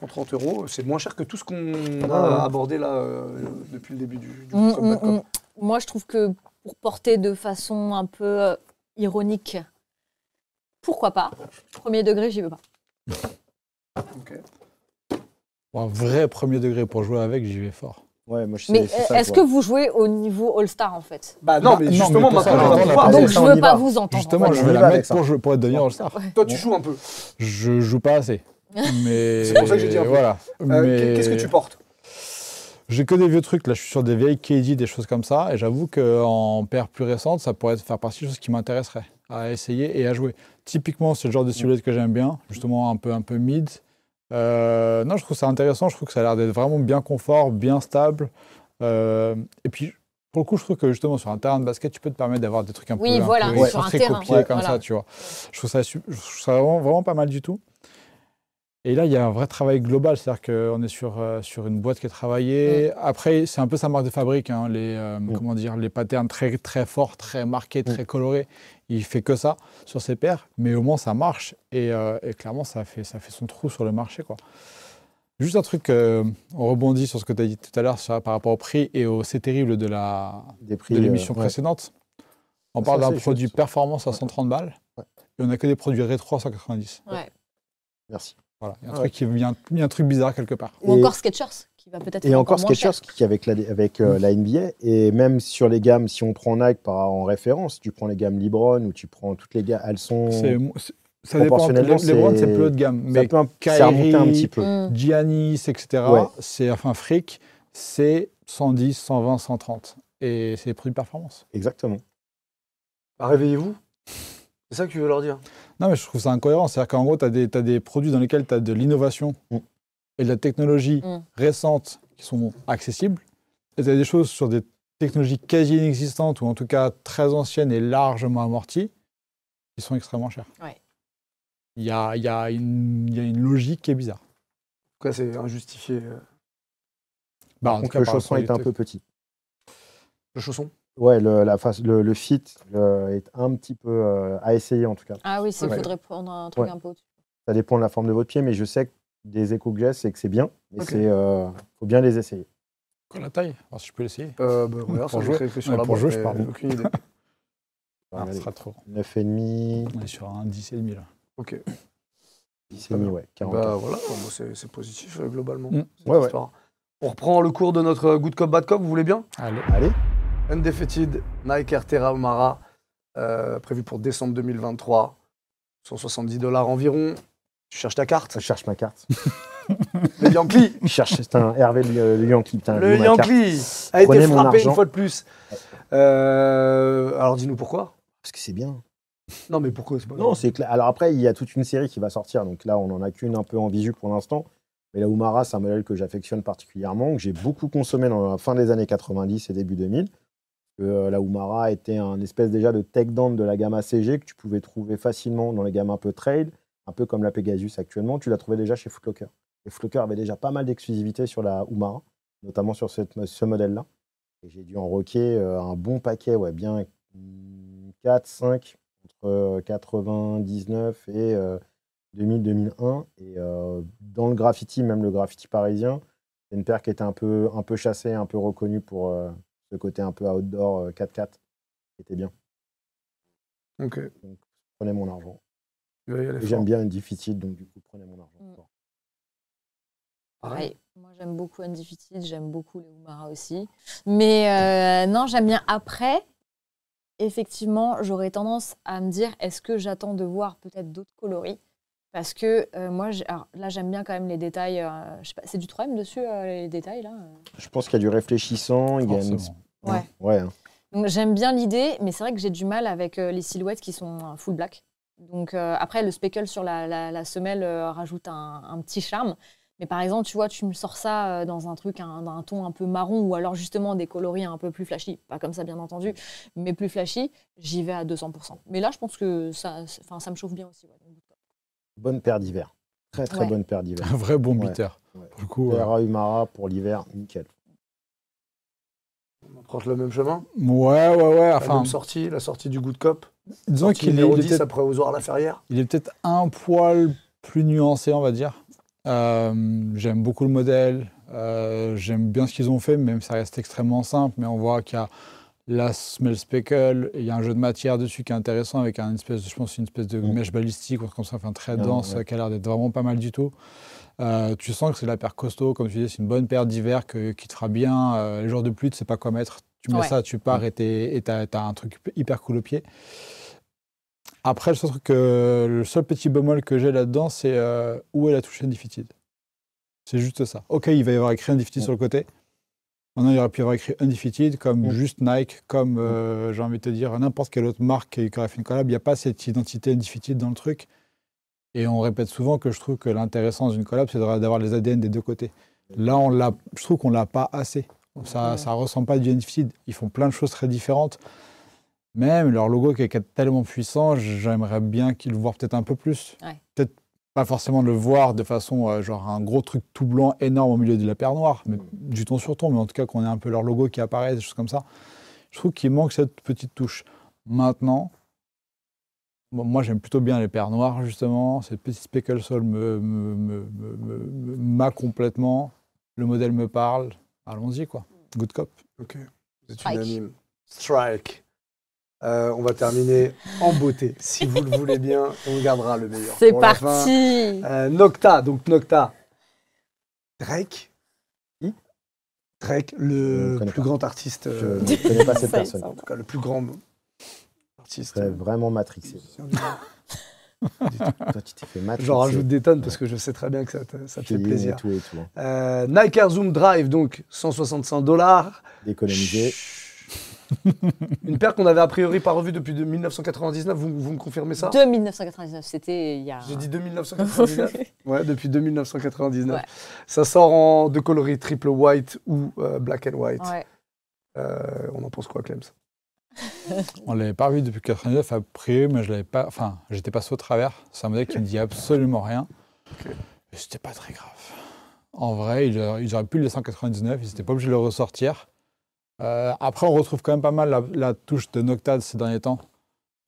A: 130 euros, c'est moins cher que tout ce qu'on
C: Ah
A: a
C: ouais.
A: abordé là euh, depuis le début du, du
D: Mm,
A: From
D: mm,
A: Back Up.
D: mm. Moi, je trouve que pour porter de façon un peu euh, ironique, pourquoi pas Premier degré, j'y veux pas.
B: Pour Un vrai premier degré pour jouer avec, j'y vais fort.
C: Ouais, moi je sais.
D: Mais
C: c'est
D: euh,
C: ça,
D: est-ce que
C: quoi.
D: vous jouez au niveau All-Star en fait
A: Bah non,
B: Bah,
A: mais
B: non,
A: justement,
B: mais pour ça,
A: maintenant, on va
C: on va
A: pouvoir.
C: parler.
A: Donc,
D: Donc,
C: Ah, ça,
D: je
C: on
D: veux
C: y
D: pas
C: va.
D: vous entendre.
B: Justement,
C: ouais,
B: je
C: on
B: vais
C: y
B: la
C: va
B: mettre
C: avec ça.
B: pour, jouer- pour devenir All-Star.
A: toi, tu joues un peu.
B: Je joue pas assez. Mais
A: C'est pour ça que j'ai dit un peu.
B: Voilà.
A: Euh,
B: Mais
A: Qu'est-ce que tu portes
B: J'ai que des vieux trucs, là je suis sur des vieilles KD, des choses comme ça, et j'avoue qu'en paire plus récente, ça pourrait faire partie des choses qui m'intéresseraient à essayer et à jouer. Typiquement, c'est le genre de silhouette
D: Mm.
B: que j'aime bien, justement un peu, un peu mid. Euh, non, je trouve ça intéressant, je trouve que ça a l'air d'être vraiment bien confort, bien stable. Euh, et puis, pour le coup, je trouve que justement sur un terrain de basket, tu peux te permettre d'avoir des trucs un peu,
D: Oui,
B: un
D: voilà,
B: peu
D: sur un
B: écentrés,
D: terrain,
B: copiés
D: ouais,
B: comme
D: voilà.
B: ça, tu vois. Je trouve ça, su- je trouve ça vraiment, vraiment pas mal du tout. Et là, il y a un vrai travail global, c'est-à-dire qu'on est sur, euh, sur une boîte qui a travaillé.
D: Mm.
B: Après, c'est un peu sa marque de fabrique, hein, les, euh, comment dire, les patterns très, très forts, très marqués,
D: Mm.
B: très colorés. Il fait que ça sur ses paires, mais au moins ça marche. Et, euh, et clairement, ça fait, ça fait son trou sur le marché. Quoi. Juste un truc, euh, on rebondit sur ce que tu as dit tout à l'heure sur- par rapport au prix et au c'est terrible de la,
C: Des prix.
B: de l'émission
C: euh, ouais.
B: précédente. On
C: Ça,
B: parle
C: c'est
B: d'un
C: juste.
B: produit performance à 130 balles
C: Ouais.
B: et on n'a que des produits rétro à 190.
D: Ouais.
C: Merci.
B: Voilà, il y a un
C: Ouais.
B: truc qui il y a un- il y a un truc bizarre quelque part.
D: Ou
C: Et-
D: encore Sketchers, qui va peut-être
C: Et
D: être
C: encore
D: moins cher.
C: Skechers qui avec la avec euh, la NBA et même sur les gammes si on prend Nike par en référence, tu prends les gammes Libron ou tu prends toutes les gammes, elles sont
B: C'est- c'est- ça dépend. Les,
C: Proportionnellement,
B: les brands,
C: c'est-
B: c'est plus haut de gamme.
C: ça
B: Mais
C: peut un, c'est remonté un
B: Kyrie-
C: petit peu.
D: Mm.
B: Giannis, etc.,
C: Ouais.
B: c'est enfin fric, c'est 110, 120, 130. Et c'est des produits de performance.
C: Exactement.
A: Bah, Réveillez-vous. C'est ça que tu veux leur dire
B: Non, mais je trouve ça incohérent. C'est-à-dire qu'en gros, tu as, des produits dans lesquels tu as de l'innovation
C: Mm.
B: et de la technologie
D: Mm.
B: récente qui sont accessibles. Et tu as des choses sur des technologies quasi inexistantes ou en tout cas très anciennes et largement amorties qui sont extrêmement chères.
D: Ouais.
B: Il y a, il y a une il y a une logique qui est bizarre.
A: Pourquoi c'est injustifié euh,
B: Bah, en tout
C: Donc
B: cas,
C: le
B: par
C: chausson
B: rapport
C: est
B: à
C: un
B: des
C: peu petit.
A: Le chausson
C: Ouais, le, la face, le, le fit euh, est un petit peu euh, à essayer en tout cas.
D: Ah oui, c'est
C: Ouais.
D: faudrait prendre un truc
C: Ouais.
D: un peu au-dessus.
C: Ça dépend de la forme de votre pied, mais je sais que des échos que j'ai, c'est que c'est bien, mais
A: Ok.
C: c'est euh, faut bien les essayer.
B: trucs. la taille, alors si je peux l'essayer.
A: euh, bah, voilà, ça
B: Pour
A: doit
B: jouer.
A: être écrit sur
B: Ouais,
A: la
B: pour
A: boîte,
B: jouer, je
A: mais
B: parle.
A: Aucune idée.
B: Ah, ce
C: Regardez.
B: sera trop.
C: 9,5,
B: On est sur un 10,5 là.
A: Ok.
C: 10,5, ouais, 40.
A: Bah voilà, bon, bah, c'est c'est positif euh, globalement.
B: Mm.
A: cette
C: Ouais, ouais.
A: histoire. On reprend le cours de notre Good Cop Bad Cop, vous voulez bien
B: Allez.
C: Allez.
A: Undefeated, Nike Air Terra Omara, euh, prévu pour décembre 2023, 170 dollars environ. Tu cherches ta carte
C: Je cherche ma carte.
A: Le Yankee
C: Je cherche, c'est un Hervé le, le Yankee. Putain, il
A: Le
C: est où, ma carte
A: Yankee a été
C: Prenez mon
A: frappé une
C: argent.
A: fois de plus. Euh, alors dis-nous pourquoi
C: Parce que c'est bien.
A: Non mais pourquoi c'est pas
C: Non, c'est clair. Alors après, il y a toute une série qui va sortir. Donc là, on en a qu'une un peu en visu pour l'instant. Mais la Umara, c'est un modèle que j'affectionne particulièrement, que j'ai beaucoup consommé dans la fin des années 90 et début 2000. Euh, la Umara était un espèce déjà de tech down de la gamme ACG que tu pouvais trouver facilement dans les gammes un peu trail, un peu comme la Pegasus actuellement. Tu la trouvais déjà chez Footlocker. Et Footlocker avait déjà pas mal d'exclusivité sur la Umara, notamment sur cette- ce modèle-là. Et j'ai dû en roquer euh, un bon paquet, ouais, bien mm, 4, 5, entre euh, 99 et 2000-2001. Et euh, dans le graffiti, même le graffiti parisien, c'est une paire qui était un peu, un peu chassée, un peu reconnue pour euh, ce côté un peu outdoor euh, 4x4. C'était bien.
A: Ok,
C: Prenez mon argent.
A: tu vas y aller
C: Et
A: fort.
C: J'aime bien une difficile, donc du coup, prenez mon argent.
D: Mm.
A: Pareil.
D: Pareil. Moi, j'aime beaucoup Undefeated, j'aime beaucoup les Oumara aussi. Mais euh, non, j'aime bien après. effectivement, j'aurais tendance à me dire est-ce que j'attends de voir peut-être d'autres coloris Parce que euh, moi, j'ai- alors, là, j'aime bien quand même les détails. euh, je sais pas, c'est du 3M dessus, euh, les détails, là euh.
C: Je pense qu'il y a du réfléchissant, il y a une-
B: forcément.
D: Ouais.
C: Ouais, hein.
D: Donc j'aime bien l'idée, mais c'est vrai que j'ai du mal avec euh, les silhouettes qui sont euh, full black. Donc euh, après, le speckle sur la, la- la semelle euh, rajoute un, un petit charme. Mais par exemple, tu vois, tu me sors ça euh, dans un truc, un, dans un ton un peu marron, ou alors justement des coloris un peu plus flashy. Pas comme ça, bien entendu, mais plus flashy, j'y vais à 200%. Mais là, je pense que ça, c'est- 'fin, ça me chauffe bien aussi. ouais. Donc,
C: Bonne paire d'hiver. Très très
D: Ouais.
C: bonne paire d'hiver.
B: Un vrai bon
C: Ouais.
B: beater.
C: Ouais.
B: Pour le coup, euh,
C: Terra Humara pour l'hiver, nickel.
A: On emprunte le même chemin.
B: ouais, ouais, ouais.
A: la
B: Enfin,
A: même sortie, la sortie du Good Cop.
B: disons
A: Sortie
B: qu'il est,
A: numéro
B: il est
A: 10
B: peut-être-
A: après Ozoir la Ferrière.
B: il est peut-être un poil plus nuancé, on va dire. Euh, j'aime beaucoup le modèle. euh, j'aime bien ce qu'ils ont fait, même si ça reste extrêmement simple. Mais on voit qu'il y a la smell speckle, et il y a un jeu de matière dessus qui est intéressant avec un espèce, de- je pense une espèce de
C: Mm.
B: mèche balistique ou un truc comme ça, enfin très
C: Ouais,
B: dense,
C: ouais.
B: qui a l'air d'être vraiment pas mal du tout. Euh, tu sens que c'est la paire costaud, comme tu dis, c'est une bonne paire d'hiver que- qui te fera bien. Euh, les jours de pluie, tu sais pas quoi mettre. Tu mets
D: Ouais.
B: ça, tu pars et t'es- et t'as t'as un truc hyper cool au pied. Après, le seul, truc que- le seul petit bémol que j'ai là-dedans, c'est euh, où est la touche Undefeated C'est juste ça. Ok, il va y avoir écrit Undefeated
C: Mm.
B: sur le côté. Maintenant, il aurait pu y avoir écrit Undefeated, comme
C: Mm.
B: juste Nike, comme, euh, j'ai envie de te dire, n'importe quelle autre marque qui qui aurait fait une collab. Il n'y a pas cette identité Undefeated dans le truc. Et on répète souvent que je trouve que l'intéressant d'une collab, c'est d'avoir d'avoir les ADN des deux côtés. Là, on l'a, je trouve qu'on l'a pas assez. Ça, ça ressemble pas à du Undefeated. Ils font plein de choses très différentes. Même leur logo qui est tellement puissant, j'aimerais bien qu'ils le voient peut-être un peu plus.
D: Ouais.
B: Peut-être pas forcément le voir de façon euh, genre un gros truc tout blanc énorme au milieu de la paire noire, mais du ton sur ton, mais en tout cas qu'on ait un peu leur logo qui apparaît, des choses comme ça. Je trouve qu'il manque cette petite touche. Maintenant, Bon, moi, j'aime plutôt bien les paires noires, justement. Cette petite speckle sol me, me, me- me- me- me- m'a complètement. Le modèle me parle. Allons-y, quoi. Good cop.
A: Ok. Vous êtes
D: Strike.
A: unanime. Strike. Euh, on va terminer en beauté, si vous le voulez bien. On gardera le meilleur.
G: C'est
A: pour la fin.
G: parti
A: Euh, Nocta, donc Nocta. Drake.
C: Qui
A: Drake,
C: Je
A: le
C: connais
A: plus
C: pas.
A: grand artiste,
C: Je
A: euh,
C: ne connais
D: Ah,
C: pas cette
G: Ça,
C: personne.
A: en tout cas le plus grand artiste.
C: C'est vraiment matrixé. Toi, tu t'es fait matrixer.
A: J'en rajoute des tonnes parce que je sais très bien que ça te, ça te fait
C: Payé et
A: plaisir.
C: tout et tout. hein.
A: Euh, Nike Air Zoom Drive, donc 165 dollars.
C: D'économiser.
A: Une paire qu'on avait a priori pas revue depuis de 1999, vous, vous me confirmez ça
G: De 1999, c'était il y a...
A: J'ai dit 2999 Ouais, depuis 2999.
G: Ouais.
A: Ça sort en deux coloris triple white ou euh, black and white.
D: Ouais.
A: Euh, on en pense quoi, Clems
B: On l'avait pas vu depuis 89 après, mais je l'avais pas. Enfin, j'étais passé au travers. C'est un modèle qui me dit absolument rien. Et c'était pas très grave. En vrai, ils, auraient- ils auraient pu le laisser en 99. Ils n'étaient pas obligés de le ressortir. Euh, après, on retrouve quand même pas mal la, la touche de Noctad ces derniers temps.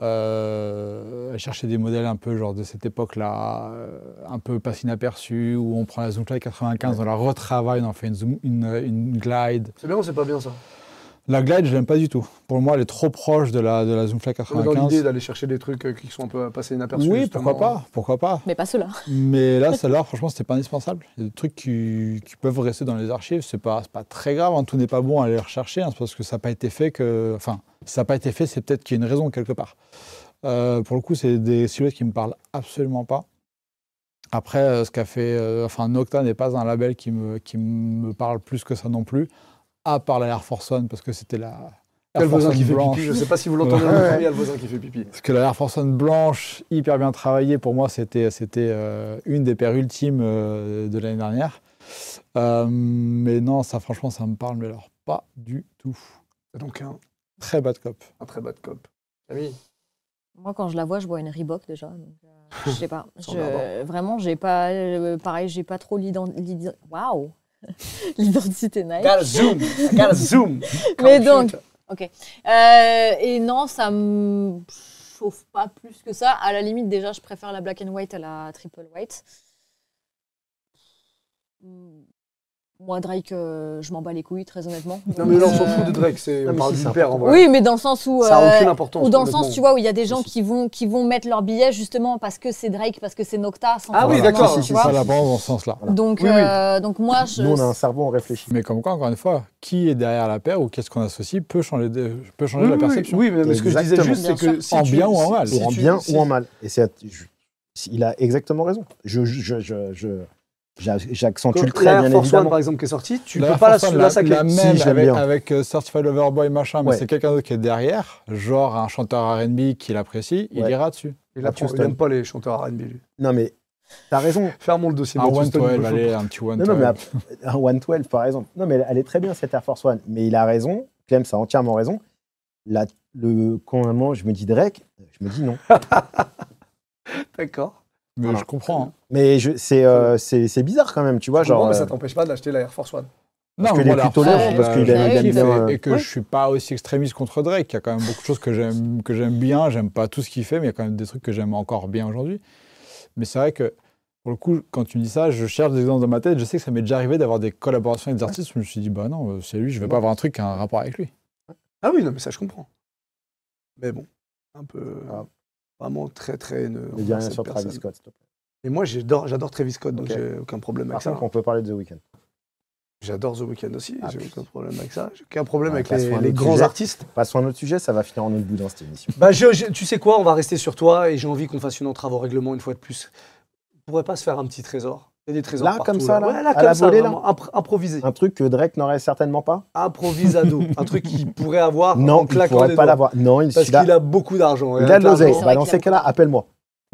B: Euh, chercher des modèles un peu genre de cette époque-là, euh, un peu passe inaperçu, où on prend la Zoom Fly 95, on la retravaille, on en fait une, zoom- une, une glide.
A: C'est bien ou c'est pas bien ça
B: La glide, je l'aime pas du tout. Pour moi, elle est trop proche de la, de la Zoom
A: On
B: Fly
A: est dans
B: 95.
A: l'idée d'aller chercher des trucs euh, qui sont un peu passés inaperçus.
B: Oui,
A: justement.
B: pourquoi pas, pourquoi pas.
G: Mais pas cela.
B: Mais là, celle-là, franchement, c'était pas indispensable. Il y a des trucs qui, qui peuvent rester dans les archives, c'est pas, c'est pas très grave, hein, tout n'est pas bon à aller rechercher, hein, c'est parce que ça n'a pas été fait que... Enfin, si ça n'a pas été fait, c'est peut-être qu'il y a une raison quelque part. Euh, pour le coup, c'est des silhouettes qui me parlent absolument pas. Après, euh, ce qu'a fait... euh, enfin, Nocta n'est pas un label qui me, qui me parle plus que ça non plus, à part la Air Force One, parce que c'était la...
A: Il y a
B: Air
A: le
B: Force
A: voisin
B: One
A: qui fait
B: blanche.
A: pipi, je sais pas si vous l'entendez,
B: Ouais.
A: mais il y a le voisin qui fait pipi.
B: Parce que la Air Force One blanche, hyper bien travaillée, pour moi, c'était c'était, euh, une des paires ultimes euh, de l'année dernière. Euh, mais non, ça, franchement, ça me parle, mais alors pas du tout.
A: Donc un,
B: Très bad cop.
A: un très bad cop. Camille
D: Moi, quand je la vois, je vois une Reebok déjà. Donc, euh, je sais pas.
A: Sans
D: Je-
A: ardent.
D: vraiment, j'ai pas. euh, pareil, j'ai pas trop l'ident- l'ident- waouh l'identité Nike.
A: Gotta zoom Gotta zoom
D: Mais donc- Euh, et non, ça me chauffe pas plus que ça. À la limite, déjà, je préfère la black and white à la triple white. Hmm,
H: Moi, Drake, euh, je m'en bats les couilles, très honnêtement.
A: Non, mais là, on s'en
H: Euh,
A: fout de Drake, c'est
C: Non,
A: on
C: mais
A: parle
C: si,
A: du
C: c'est
A: père en vrai.
H: Oui, mais dans le sens où.
A: Ça
H: euh,
A: a aucune importance.
H: Ou dans le sens, tu
A: honnêtement.
H: vois, où il y a des gens qui vont, qui vont mettre leur billet justement parce que c'est Drake, parce que c'est Nocta. Sans
A: Ah oui,
H: forcément,
A: d'accord,
H: tu
A: c'est
H: vois.
B: Ça la balance dans ce sens-là.
H: Donc,
A: Oui, oui.
H: euh, donc moi, je.
C: Nous, on a un cerveau, on réfléchit.
B: Mais comme quoi, encore une fois, qui est derrière la paire ou qu'est-ce qu'on associe peut changer, de- peut changer
A: Oui,
B: la
A: oui,
B: perception.
A: Mmh. Oui, mais ce que je disais
C: Exactement.
A: juste, c'est
H: Bien
A: que. si
B: En
A: tu-
B: bien ou en mal.
A: si-
C: Pour
A: si
C: en
A: tu-
C: bien
A: si-
C: ou en mal. Et c'est, je- il a exactement raison. Je, je, je, je- j'a- j'accentue le
A: la
C: trait,
A: Air
C: bien
A: Force One,
C: évidemment.
A: par exemple, qui est sortie, tu
B: La
A: peux pas la,
B: Force One,
A: la, sacrer.
B: la
A: Si,
B: même
C: j'aime
B: avec,
C: bien.
B: avec euh, Certified Lover Boy, machin, mais
C: Ouais.
B: c'est quelqu'un d'autre qui est derrière, genre un chanteur RB qui l'apprécie, il
C: Ouais.
B: ira dessus.
A: Il apprend- il
C: Houston.
A: aime pas les chanteurs RB. lui.
C: Non, mais t'as raison.
A: Fermons le dossier.
B: Un
A: Baptiste,
B: one
A: toi,
B: twelve,
A: niveau
B: allez, un petit one
C: Non, non, mais
B: twelve.
C: ap- un 112, par exemple. Non, mais elle- elle est très bien, cette Air Force One. Mais il a raison. Clem, ça a entièrement raison. La, le, quand vraiment, je me dis Drake, je me dis non.
A: D'accord.
B: Mais
C: Voilà.
B: je comprends. hein.
C: Mais je, c'est, euh, c'est, c'est bizarre quand même, tu vois.
A: Genre,
C: Genre,
A: mais ça
C: euh,
A: t'empêche pas d'acheter la Air Force One.
C: Parce
B: Non,
C: que
B: mais
C: les
B: voilà,
C: plutôt
B: après,
H: lèvres, parce
B: je-
H: qu'il aime-
B: je
H: il aime
B: kiffe
C: bien,
B: et-
C: euh,
B: Et que je suis pas aussi extrémiste contre Drake. Il y a quand même beaucoup de choses que j'aime, que j'aime bien. J'aime pas tout ce qu'il fait, mais il y a quand même des trucs que j'aime encore bien aujourd'hui. Mais c'est vrai que, pour le coup, quand tu me dis ça, je cherche des exemples dans ma tête. Je sais que ça m'est déjà arrivé d'avoir des collaborations avec des artistes où je me suis dit, bah non, euh, c'est lui, je vais pas avoir un truc qui a un rapport avec lui.
A: Ah oui, non, mais ça, je comprends. Mais bon, un peu.
C: Ah.
A: Vraiment très, très haineux.
C: ne dis
A: envers
C: rien
A: cette
C: sur Travis
A: personne.
C: Scott. s'il te plaît.
A: Et moi, j'adore j'adore Travis Scott, donc
C: Ok.
A: j'ai aucun problème
C: Par
A: avec ça.
C: contre, on peut parler de The Weeknd.
A: J'adore The Weeknd aussi,
C: Ah,
A: j'ai
C: putain.
A: aucun problème avec ça. J'ai aucun problème
C: Ouais,
A: avec
C: passons à
A: les,
C: un
A: les
C: autre
A: grands
C: sujet.
A: artistes.
C: Passons à notre sujet, ça va finir en autre bout dans cette émission.
A: Bah, je- je- tu sais quoi, on va rester sur toi et j'ai envie qu'on fasse une entrave au règlement une fois de plus. On pourrait pas se faire un petit trésor Il y a des trésors
C: Là,
A: partout,
C: comme ça, là
A: Ouais, là,
C: À
A: comme
C: la
A: ça,
C: volée, là
A: vraiment, impr- improvisé.
C: Un truc que Drake n'aurait certainement pas
A: Improvisado. un truc qu'il pourrait avoir en
C: Non, il ne
A: claquant
C: pourrait
A: des
C: pas
A: doigts.
C: l'avoir. Non, il,
A: Parce
C: celui-là,
A: qu'il a beaucoup d'argent. hein,
C: il a de l'oseille.
A: l'oseille.
C: Bah, dans ces cas-là, appelle-moi.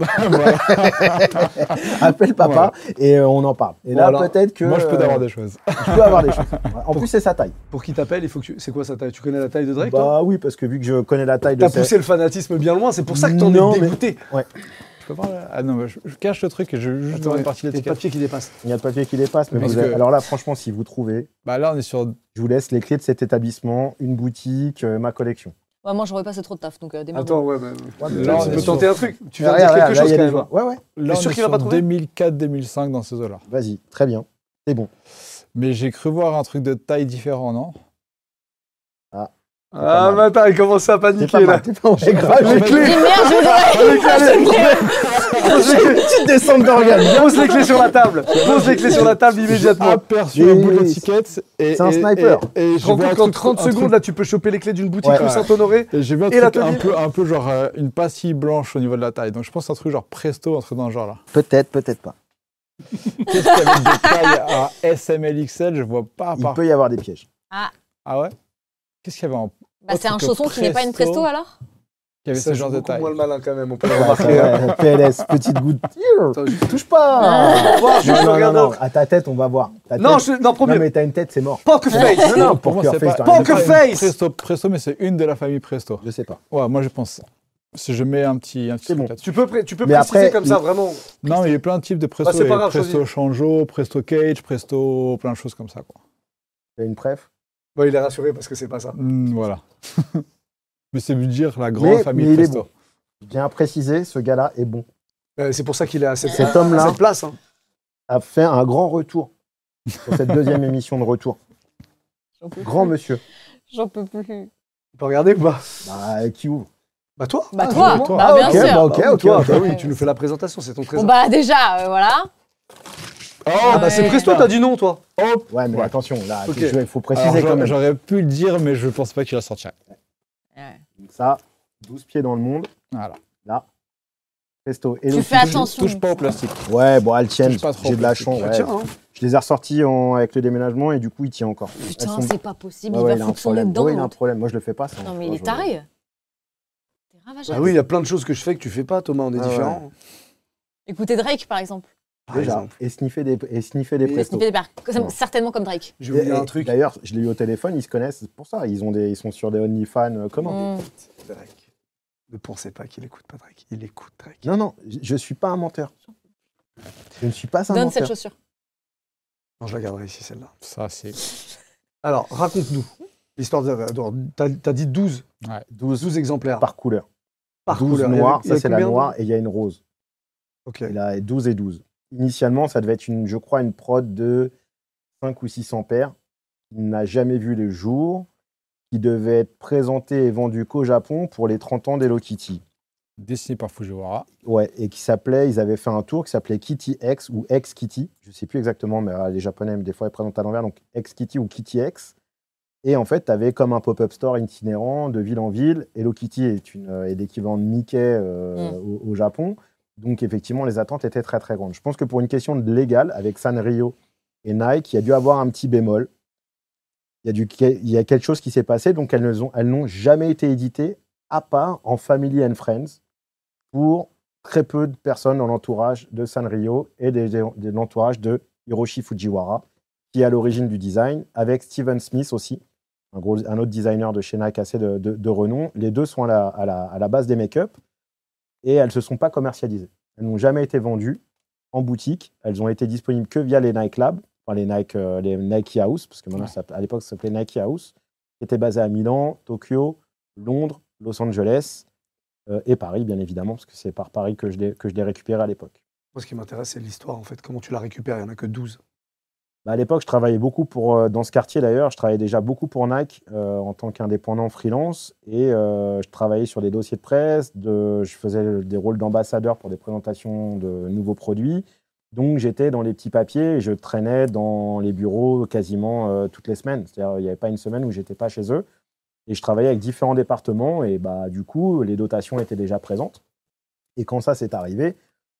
C: Appelle papa et euh, on en parle. Et là,
A: Voilà.
C: peut-être que.
B: Moi, je peux
C: euh,
B: d'avoir des choses.
C: je peux avoir des choses. En plus, c'est sa taille.
A: Pour qu'il t'appelle, il faut que tu. C'est quoi sa taille Tu connais la taille de Drake toi
C: Bah oui, parce que vu que je connais la taille de
A: T'as
C: sa
A: poussé le fanatisme bien loin, c'est pour ça que t'en
C: Non,
A: es
C: mais-
A: dégoûté.
B: Je peux parler Ah non, bah, je, je cache le truc et je vais juste
A: Attends,
B: dans une partie
A: il y a le
B: d'étiquette.
A: papier qui dépasse.
C: Il y a le papier qui dépasse, mais
B: Parce
C: vous avez-
B: que-
C: alors là, franchement, si vous trouvez,
B: Bah là, on est sur.
C: je vous laisse les clés de cet établissement, une boutique, euh, ma collection.
H: Ouais, moi, j'aurais passé trop de taf, donc euh, démerde-toi.
A: Attends, ouais, bah,
C: Ah,
B: mais
A: là,
B: là,
A: tu
B: on est
A: peux
B: sur-
A: tenter un truc. Tu viens de
C: Regarde,
A: dire quelque
C: regarde, là,
A: chose
C: il y
A: quand
C: a
A: même.
C: des gens. Ouais, ouais,
B: Là, on
A: sûr
B: est
A: qu'il va
B: sur
A: pas trouver
B: 2004-2005 dans ces eaux-là.
C: vas-y, très bien.
B: Mais j'ai cru voir un truc de taille différent, non
A: Ah, bah attends, il commence à
C: T'es
A: paniquer
C: pas mal,
A: là.
C: t'es pas mal. J'ai grave
A: Les
C: une
A: clés
H: Dis merde, je
C: petite descente d'organes.
A: Pose les clés sur la table Pose les clés sur la table immédiatement
B: aperçu un
C: Et-
B: bout d'étiquette et.
C: C'est un
B: et-
C: sniper.
B: Et, et
A: Je
B: je
A: rends
B: vois un
A: compte qu'en
B: truc-
A: 30
B: un truc-
A: secondes, là, tu peux choper les clés d'une boutique
C: Ouais.
A: rue Saint-Honoré.
B: et j'ai vu un
A: et
B: truc
A: l'atelier.
B: un peu, un peu genre euh, une pastille blanche au niveau de la taille. Donc je pense à un truc genre presto, un truc dans le genre là.
C: Peut-être, peut-être pas.
B: Qu'est-ce qu'il y avait de taille à SMLXL Je vois pas à
C: Il
B: part.
C: peut y avoir des pièges.
B: Ah ouais Qu'est-ce qu'il y avait en.
H: Bah, c'est un
B: Autre que
H: chausson qui n'est pas une
B: Presto.
H: presto alors
B: Qu'il y avait
A: Ça
B: ce
A: joue
B: genre de
A: beaucoup
B: taille
A: moins le malin quand même, on peut le
C: Ouais, ça
A: remarquer. hein.
C: va, PLS, petite goutte.
A: Attends, juste-
C: Touche pas
A: Voir,
C: Non,
A: juste
C: non, non,
A: regarder.
C: non, à ta tête, on va voir. Ta
A: Non,
C: tête-
A: je- non,
C: non,
A: premier.
C: mais t'as une tête, c'est mort.
A: Poker face
C: Non, non,
B: Pour moi,
C: Poker
B: c'est
C: Face,
B: pas-
C: t'as raison.
A: Poker
B: c'est pas
A: Face
B: une Presto, Presto, mais c'est une de la famille Presto.
C: Je sais pas.
B: Ouais, moi je pense ça. Si je mets un petit, un petit
C: C'est
B: truc
C: bon.
B: là-dessus.
A: Tu peux, pré- tu peux
C: Mais
A: préciser
C: après,
A: comme ça,
C: il-
A: vraiment.
B: Non, mais il y a plein de types de presto.
A: Bah, c'est pas
B: Il y a
A: grave,
B: presto
A: choisis.
B: changeau, presto cage, presto, plein de choses comme ça. Quoi.
C: T'as une préf
A: Bon, il est rassuré parce que c'est pas ça.
B: Mm, voilà. mais c'est dire la grande
C: Mais-
B: famille
C: mais il est
B: presto.
C: Bien précisé, ce gars-là est bon.
A: Euh, c'est pour ça qu'il est à cette,
C: Cet homme-là-
A: à cette place. hein.
C: a fait un grand retour sur cette deuxième émission de retour.
H: J'en peux
C: Grand
H: plus.
C: monsieur.
H: J'en peux plus.
A: On peut regarder ou pas
C: Bah, qui ouvre
A: Bah, toi
H: Bah,
A: Ah,
H: toi,
A: c'est
B: toi.
H: bah,
C: Ah,
H: bien
C: ok,
H: sûr.
C: bah,
A: Ok, ok,
C: ok,
A: bah
C: ok.
A: oui, tu nous fais la présentation, c'est ton
H: Bon,
A: trésor.
H: bah, déjà, euh, voilà.
A: Ah, bah c'est
H: Ouais.
A: Presto, t'as dit non, toi
B: Hop
C: Ouais, mais
B: Ouais.
C: attention, là,
A: Ok.
C: il faut
B: Alors,
C: préciser quand
B: j'aurais-
C: même.
B: J'aurais pu le dire, mais je pense pas qu'il la sortirait.
C: Ça, 12 pieds dans le monde,
B: Voilà.
C: presto. Et
H: Tu
C: le-
H: fais attention.
B: Touche pas au plastique.
C: Ouais, bon, elles tiennent,
B: Touche pas trop
C: j'ai de la
B: plastique.
C: chance.
A: Bah,
C: ouais.
A: tiens, hein.
C: Je les ai ressortis en- avec le déménagement et du coup, il tient encore.
H: Putain,
C: Elles sont-
H: c'est pas possible.
C: Ouais, ouais,
H: il
C: il
H: va
C: a un
H: foutre son nez
C: problème.
H: dedans.
C: Ouais, il a un
H: l'autre.
C: problème. Moi, je le fais pas, ça.
H: Non, mais
C: Moi,
H: il est
C: je-
H: taré. T'es ravagé.
A: Ah oui, il y a plein de choses que je fais que tu fais pas, Thomas, on est
C: Ah ouais.
A: différents.
H: Écoutez Drake, par exemple.
A: Par
C: Déjà,
A: exemple.
C: et sniffer des, et sniffer des
A: Mais
C: prestos.
H: Snippet des barres. Comme-
C: Ouais.
H: Certainement comme Drake.
A: J'ai oublié
C: Et-
A: un
C: et
A: truc.
C: D'ailleurs, je l'ai eu au téléphone, ils se connaissent c'est pour ça. Ils, ont des, ils sont sur des OnlyFans euh, communs.
H: Mm.
A: Drake. Ne pensez pas qu'il écoute pas Drake. Il écoute Drake.
C: Non, non, je- je suis pas un menteur. Je ne suis pas un
H: Donne cette
C: menteur.
H: chaussure.
A: Non, je la garderai ici, celle-là.
B: Ça, c'est.
A: Alors, raconte-nous l'histoire de. alors, T'as t'as dit 12,
C: 12,
A: 12 exemplaires par,
C: par couleur.
A: couleur.
C: 12
A: Il y a-
C: noirs,
A: il y a
C: ça c'est la
A: combien de-
C: noire, et il y a une rose.
A: Ok.
C: Et là, 12 et 12. Initialement, ça devait être, une, je crois, une prod de 5 ou 600 paires, qui n'a jamais vu le jour, qui devait être présenté et vendu qu'au Japon pour les 30 ans d'Hello Kitty.
B: Dessiné par Fujiwara.
C: Ouais, et qui s'appelait, ils avaient fait un tour qui s'appelait Kitty X ou X Kitty. Je sais plus exactement, mais euh, les Japonais, des fois, ils présentent à l'envers, donc X Kitty ou Kitty X. Et en fait, tu avais comme un pop-up store itinérant de ville en ville. Hello Kitty est, une, euh, est l'équivalent de Mickey euh,
H: Mm.
C: au, au Japon. Donc, effectivement, les attentes étaient très, très grandes. Je pense que pour une question de légal, avec Sanrio et Nike, il y a dû avoir un petit bémol. Il y a, du, il y a quelque chose qui s'est passé. Donc, elles ne ont- elles n'ont jamais été éditées, à part en Family and Friends, pour très peu de personnes dans l'entourage de Sanrio et des- des- de l'entourage de Hiroshi Fujiwara, qui est à l'origine du design, avec Steven Smith aussi un, gros- un autre designer de chez Nike assez de, de- de renom. Les deux sont à la, à la- à la base des make-up et elles ne se sont pas commercialisées. Elles n'ont jamais été vendues en boutique. Elles ont été disponibles que via les Nike Lab, enfin les Nike, euh, les Nike House, parce que maintenant, ça s'appelle- à l'époque, ça s'appelait Nike House, qui était basé à Milan, Tokyo, Londres, Los Angeles euh, et Paris, bien évidemment, parce que c'est par Paris que je l'ai- que je l'ai récupéré à l'époque.
A: Moi, ce qui m'intéresse, c'est l'histoire, en fait. Comment tu la récupères Il n'y en a que 12.
C: Bah, à l'époque, je travaillais beaucoup pour, euh, dans ce quartier d'ailleurs, je travaillais déjà beaucoup pour Nike euh, en tant qu'indépendant freelance et euh, je travaillais sur des dossiers de presse, de, je faisais des rôles d'ambassadeur pour des présentations de nouveaux produits. Donc j'étais dans les petits papiers et je traînais dans les bureaux quasiment euh, toutes les semaines. C'est-à-dire il n'y avait pas une semaine où j'étais pas chez eux et je travaillais avec différents départements et bah, du coup les dotations étaient déjà présentes. Et quand ça s'est arrivé,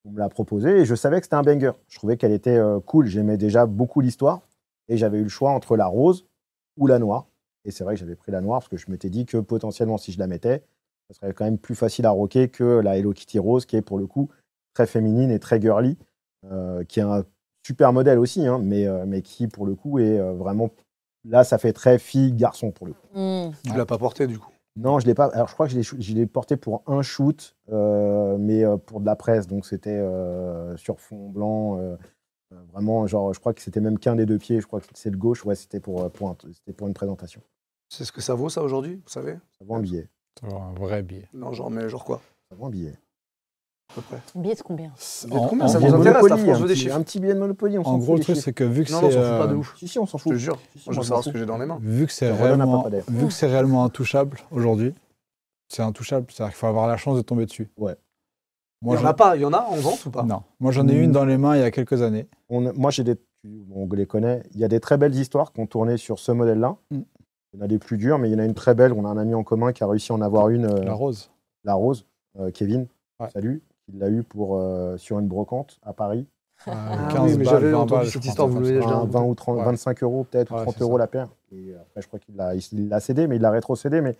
C: on me l'a proposé et je savais que c'était un banger. Je trouvais qu'elle était euh, cool. J'aimais déjà beaucoup l'histoire et j'avais eu le choix entre la rose ou la noire. Et c'est vrai que j'avais pris la noire parce que je m'étais dit que potentiellement, si je la mettais, ça serait quand même plus facile à rocker que la Hello Kitty rose qui est pour le coup très féminine et très girly, euh, qui est un super modèle aussi, hein, mais, euh, mais qui pour le coup est euh, vraiment. Là, ça fait très fille-garçon pour le coup.
H: Hmm.
A: Tu ne l'as pas porté, du coup.
C: Non, je l'ai pas. Alors, je crois que je l'ai, shoo- je l'ai porté pour un shoot, euh, mais euh, pour de la presse. Donc, c'était euh, sur fond blanc. euh, euh, vraiment, genre, je crois que c'était même qu'un des deux pieds. Je crois que c'est le gauche. Ouais, c'était pour, euh, pour, un- c'était pour une présentation.
A: C'est ce que ça vaut, ça, aujourd'hui Vous savez
C: Ça vaut un billet.
B: C'est un vrai billet.
A: Non, genre, mais genre quoi
C: Ça vaut un billet.
A: à peu près
H: Billet de combien
A: Mais de combien
B: en-
A: ça
B: en
A: vous
C: Billet de
B: gros-
A: intéresse, la
C: Monopoly,
A: France
C: un
A: veut des
C: petit-
A: chiffres.
C: Un petit billet de Monopoly, on s'en
B: En
C: fout
B: gros,
C: des
B: le truc,
C: chiffres.
B: c'est que vu que
A: Non, non, on
B: c'est.
A: s'en fout pas de
B: euh,
A: ouf.
C: Si, si, on s'en
A: Je
C: fout.
A: te jure.
C: Si, si,
A: Moi, je
C: on
A: veux
C: s'en
A: savoir ce
C: fout.
A: que j'ai dans les mains.
B: Vu que c'est
C: Ça redonne un
B: réellement,
C: papa d'air.
B: vu que c'est réellement intouchable aujourd'hui, c'est intouchable. C'est-à-dire qu'il faut avoir la chance de tomber dessus.
C: Ouais.
B: Moi,
A: il y en a
B: j'en-
A: pas, il y en a en vente ou pas
B: non. Moi, j'en ai une
C: Mm.
B: dans les mains il y a quelques années.
C: On a- moi, j'ai des, on les connaît. Il y a des très belles histoires qu'on tournait sur ce modèle-là.
B: Mm.
C: Il y en a des plus dures, mais il y en a une très belle. On a un ami en commun qui a réussi à en avoir une. euh,
B: La rose.
C: la rose, euh, Kevin,
B: Ouais.
C: salut, il l'a eu pour, euh, sur une brocante à Paris,
B: Euh,
A: Ah oui,
B: 15
A: mais
B: balles,
A: j'avais
B: 20
A: entendu
B: balles,
A: cette
B: je crois,
A: histoire,
B: un
A: vous
B: truc
A: l'avez
B: comme ça. Ah,
A: déjà
C: un 20 ou 30,
B: Ouais.
C: 25 euros peut-être,
B: Ouais,
C: 30
B: c'est
C: euros
B: ça.
C: la paire. Et euh, après, je crois qu'il l'a il l'a cédé, mais il l'a rétrocédé, mais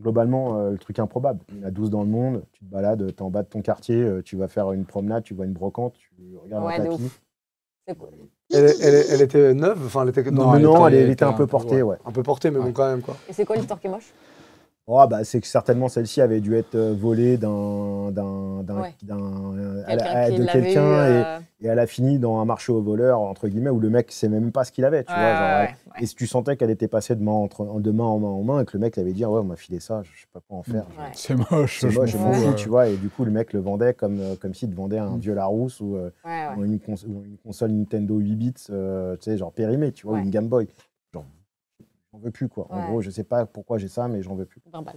C: globalement, euh, le truc improbable. Il y en a 12 dans le monde, tu te balades, tu es en bas de ton quartier, euh, tu vas faire une promenade, tu vois une brocante, tu regardes
H: Ouais,
C: un
H: de
C: tapis.
A: elle, elle- elle était neuve, enfin, elle était dans
B: Non,
A: le même-
C: Mais non, elle,
B: était-
C: elle était un peu portée, ouais.
A: un peu portée, mais bon,
B: Ouais.
A: quand même, quoi.
H: Et c'est quoi l'histoire qui est moche
C: Oh, bah, c'est que certainement celle-ci avait dû être euh, volée d'un. d'un- d'un-
H: Ouais.
C: d'un- euh, à la-
H: Quelqu'un
C: à-
H: qui
C: de
H: l'avait eu,
C: quelqu'un et-
H: euh,
C: et elle a fini dans un marché aux voleurs entre guillemets où le mec sait même pas ce qu'il avait tu
H: ouais,
C: vois genre, euh,
H: ouais, ouais.
C: et si tu sentais qu'elle était passée de main entre de main en main en main et que le mec avait dit Ah ouais on m'a filé ça je sais pas quoi en faire
H: Ouais.
B: C'est moche.
C: c'est moche je
B: m'en
C: m'en
B: fous,
C: fous
B: euh.
C: tu vois et du coup le mec le vendait comme euh, comme s'il te vendait un vieux Larousse ou, euh,
H: Mm. Ouais, ouais.
C: ou une, cons- ou une console Nintendo 8 bits euh, tu sais genre périmée tu vois ou
H: Ouais.
C: une Game Boy genre j'en veux plus quoi en
H: Ouais.
C: gros je sais pas pourquoi j'ai ça mais j'en veux plus
H: Verbal.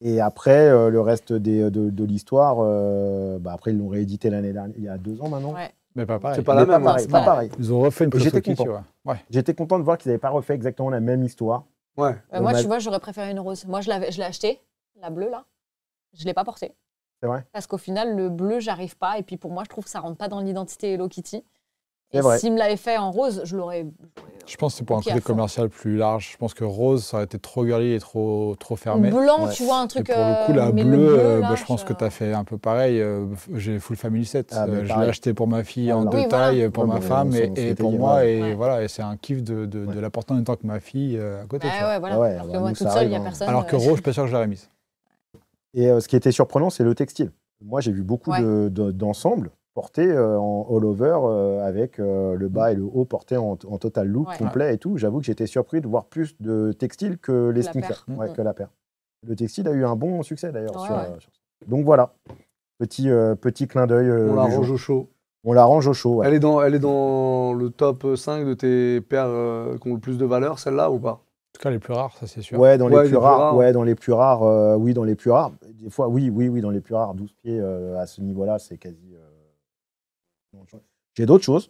C: et après, euh, le reste des- de, de l'histoire, euh, bah après, ils l'ont réédité l'année dernière, il y a deux ans maintenant.
H: Ouais.
B: Mais pas pareil.
A: C'est pas la
C: Mais
A: même.
C: pareil,
A: ouais.
C: pas pareil.
B: Ils ont refait une
C: Et j'étais
B: Presto Kitty,
C: content.
B: ouais. Ouais.
C: J'étais content de voir qu'ils n'avaient pas refait exactement la même histoire.
A: Ouais.
H: Euh, moi,
C: Dommage.
H: tu vois, j'aurais préféré une rose. Moi, je l'avais- je l'ai achetée, la bleue, là. Je ne l'ai pas portée.
C: C'est vrai.
H: Parce qu'au final, le bleu, j'arrive pas. Et puis, pour moi, je trouve que ça rentre pas dans l'identité Hello Kitty.
C: C'est
H: Et
C: vrai.
H: s'il me l'avait fait en rose, je l'aurais.
B: Je pense que c'est pour un
H: Ok, à
B: côté
H: fond.
B: commercial plus large. Je pense que rose, ça aurait été trop girly et trop, trop
H: Ou
B: fermé.
H: blanc,
C: ouais.
H: tu vois, un
B: Et
H: truc.
B: pour le coup,
H: euh,
B: la
H: mais
B: bleue,
H: le
B: euh,
H: là,
B: bah, je pense que tu as fait un peu pareil. euh, f- J'ai full family set.
C: Ah, mais
B: Euh, je l'ai
C: pareil.
B: acheté pour ma fille en
C: Voilà.
B: deux
H: Ah, bah Oui, voilà.
B: tailles, pour
C: Ouais,
B: ma
C: mais
B: femme
C: on
B: et,
C: s'en- on
B: et
C: s'était
B: pour
C: dit,
B: moi.
C: ouais.
B: Et
H: Ouais.
B: voilà, et c'est un kiff de, de, de
C: Ouais.
B: la porter en même temps que ma fille euh, à côté. tu
H: Ah
B: vois.
H: ouais, voilà.
C: Ah ouais,
H: Alors que
C: bah,
H: moi,
C: nous,
H: toute
C: ça
H: seule, il n'y a
C: arrive, hein.
H: personne.
B: Alors que
H: euh,
B: rose, je suis pas sûr que je l'aurais mise.
C: Et euh, ce qui était surprenant, c'est le textile. Moi, j'ai vu beaucoup
H: Ouais.
C: de- de- d'ensembles portés euh, en all-over euh, avec euh, le bas et le haut portés en, en total look
H: Ouais.
C: complet et tout. J'avoue que j'étais surpris de voir plus de textile que les
H: Que la
C: sneakers,
B: paire.
C: hein. ouais,
H: Mhm.
C: que la paire. Le textile a eu un bon succès d'ailleurs.
H: Ouais,
C: sur,
H: ouais.
C: euh, sur- Donc voilà, petit, euh, petit clin d'œil. euh,
A: On la
C: du jour.
A: range au chaud.
C: On la range au chaud. ouais.
A: Elle, est dans, elle est dans le top 5 de tes paires euh, qui ont le plus de valeur, celle-là ou pas
B: tout cas, les plus rares, ça c'est sûr.
C: Ouais, dans
A: Ouais,
C: les plus rares. Ouais, dans les plus rares. euh, oui, dans les plus rares. Des fois, oui, oui, oui, dans les plus rares. 12 pieds euh, à ce niveau-là, c'est quasi. euh, non, je- J'ai d'autres choses.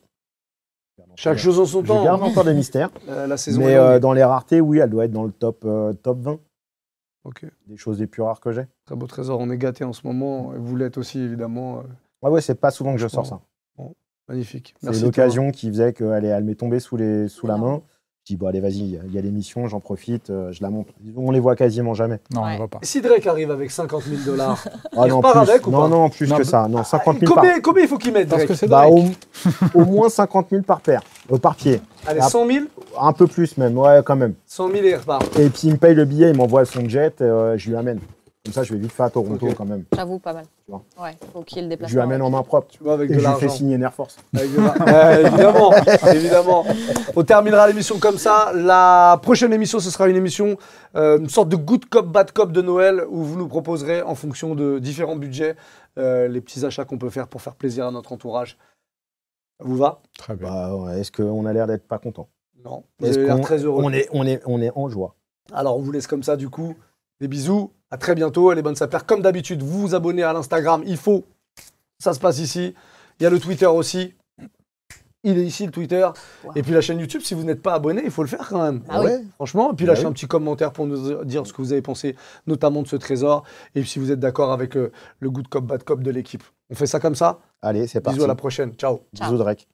A: Chaque chose en son
C: Je
A: temps.
C: garde encore des mystères.
A: Euh, la saison
C: mais
A: est longue.
C: euh, dans les raretés, oui, elle doit être dans le top, euh, top 20
A: Ok.
C: des choses les plus rares que j'ai.
A: Très beau trésor. On est gâté en ce moment. Et vous l'êtes aussi, évidemment. Euh,
C: Ah Ouais, ouais, c'est pas souvent que je sors
A: Bon.
C: ça.
A: Magnifique.
C: C'est
A: Thomas.
C: l'occasion qui faisait qu'elle elle m'est tombée sous, les, sous la
D: Énorme.
C: main. Je dis, bon, allez, vas-y, il y a l'émission, j'en profite, euh, je la monte. On les voit quasiment jamais.
B: Non, on
D: Ouais.
B: ne voit pas.
A: Si Drake arrive avec 50 000 dollars,
C: Ah, non,
A: repart
C: plus,
A: avec ou
C: non,
A: pas ah,
C: non, plus
B: Non,
C: que
B: mais-
C: ça. Non, 50 000 par,
A: combien, combien il faut qu'il mette
B: Parce
A: Drake
B: que c'est
C: bah, au,
B: Drake.
C: au moins 50 000 par paire, euh, par pied.
A: Allez,
C: Ah.
A: 100 000
C: Un peu plus même, ouais, quand même.
A: 100 000 et il repart.
C: Et puis il me paye le billet, il m'envoie son jet, euh, je lui amène. Comme ça, je vais vite faire à Toronto
A: Ok.
C: quand même.
D: J'avoue, pas mal.
C: Tu vois.
D: Ouais, faut qu'il y ait le
C: Je lui
D: déplacement.
C: amène en main propre.
A: Tu vois, avec de
C: Et je lui fais
A: l'argent.
C: signer Air Force.
A: Avec de l'argent. Ouais, Ah, Euh, évidemment, évidemment. On terminera l'émission comme ça. La prochaine émission, ce sera une émission, euh, une sorte de good cop, bad cop de Noël, où vous nous proposerez, en fonction de différents budgets, euh, les petits achats qu'on peut faire pour faire plaisir à notre entourage. Ça vous va
B: Très bien.
C: Bah, ouais, Est-ce qu'on a l'air d'être pas content
A: Non. Vous
C: Est-ce
A: avez l'air
C: qu'on-
A: très heureux.
C: on est, on, est, on est en joie.
A: Alors on vous laisse comme ça du coup. Des bisous, à très bientôt. Les bonnes sapeurs, comme d'habitude, vous vous abonnez à l'Instagram, il faut. Ça se passe ici. Il y a le Twitter aussi. Il est ici le Twitter.
D: Wow.
A: Et puis la chaîne YouTube, si vous n'êtes pas abonné, il faut le faire quand même.
D: Ah oui.
A: Franchement, et puis
C: Bah
A: lâchez un
C: oui.
A: petit commentaire pour nous dire ce que vous avez pensé, notamment de ce trésor. Et puis si vous êtes d'accord avec euh, le good cop, bad cop de l'équipe. On fait ça comme ça.
C: Allez, c'est parti.
A: Bisous à la prochaine. Ciao.
D: Ciao.
C: Bisous, Drake.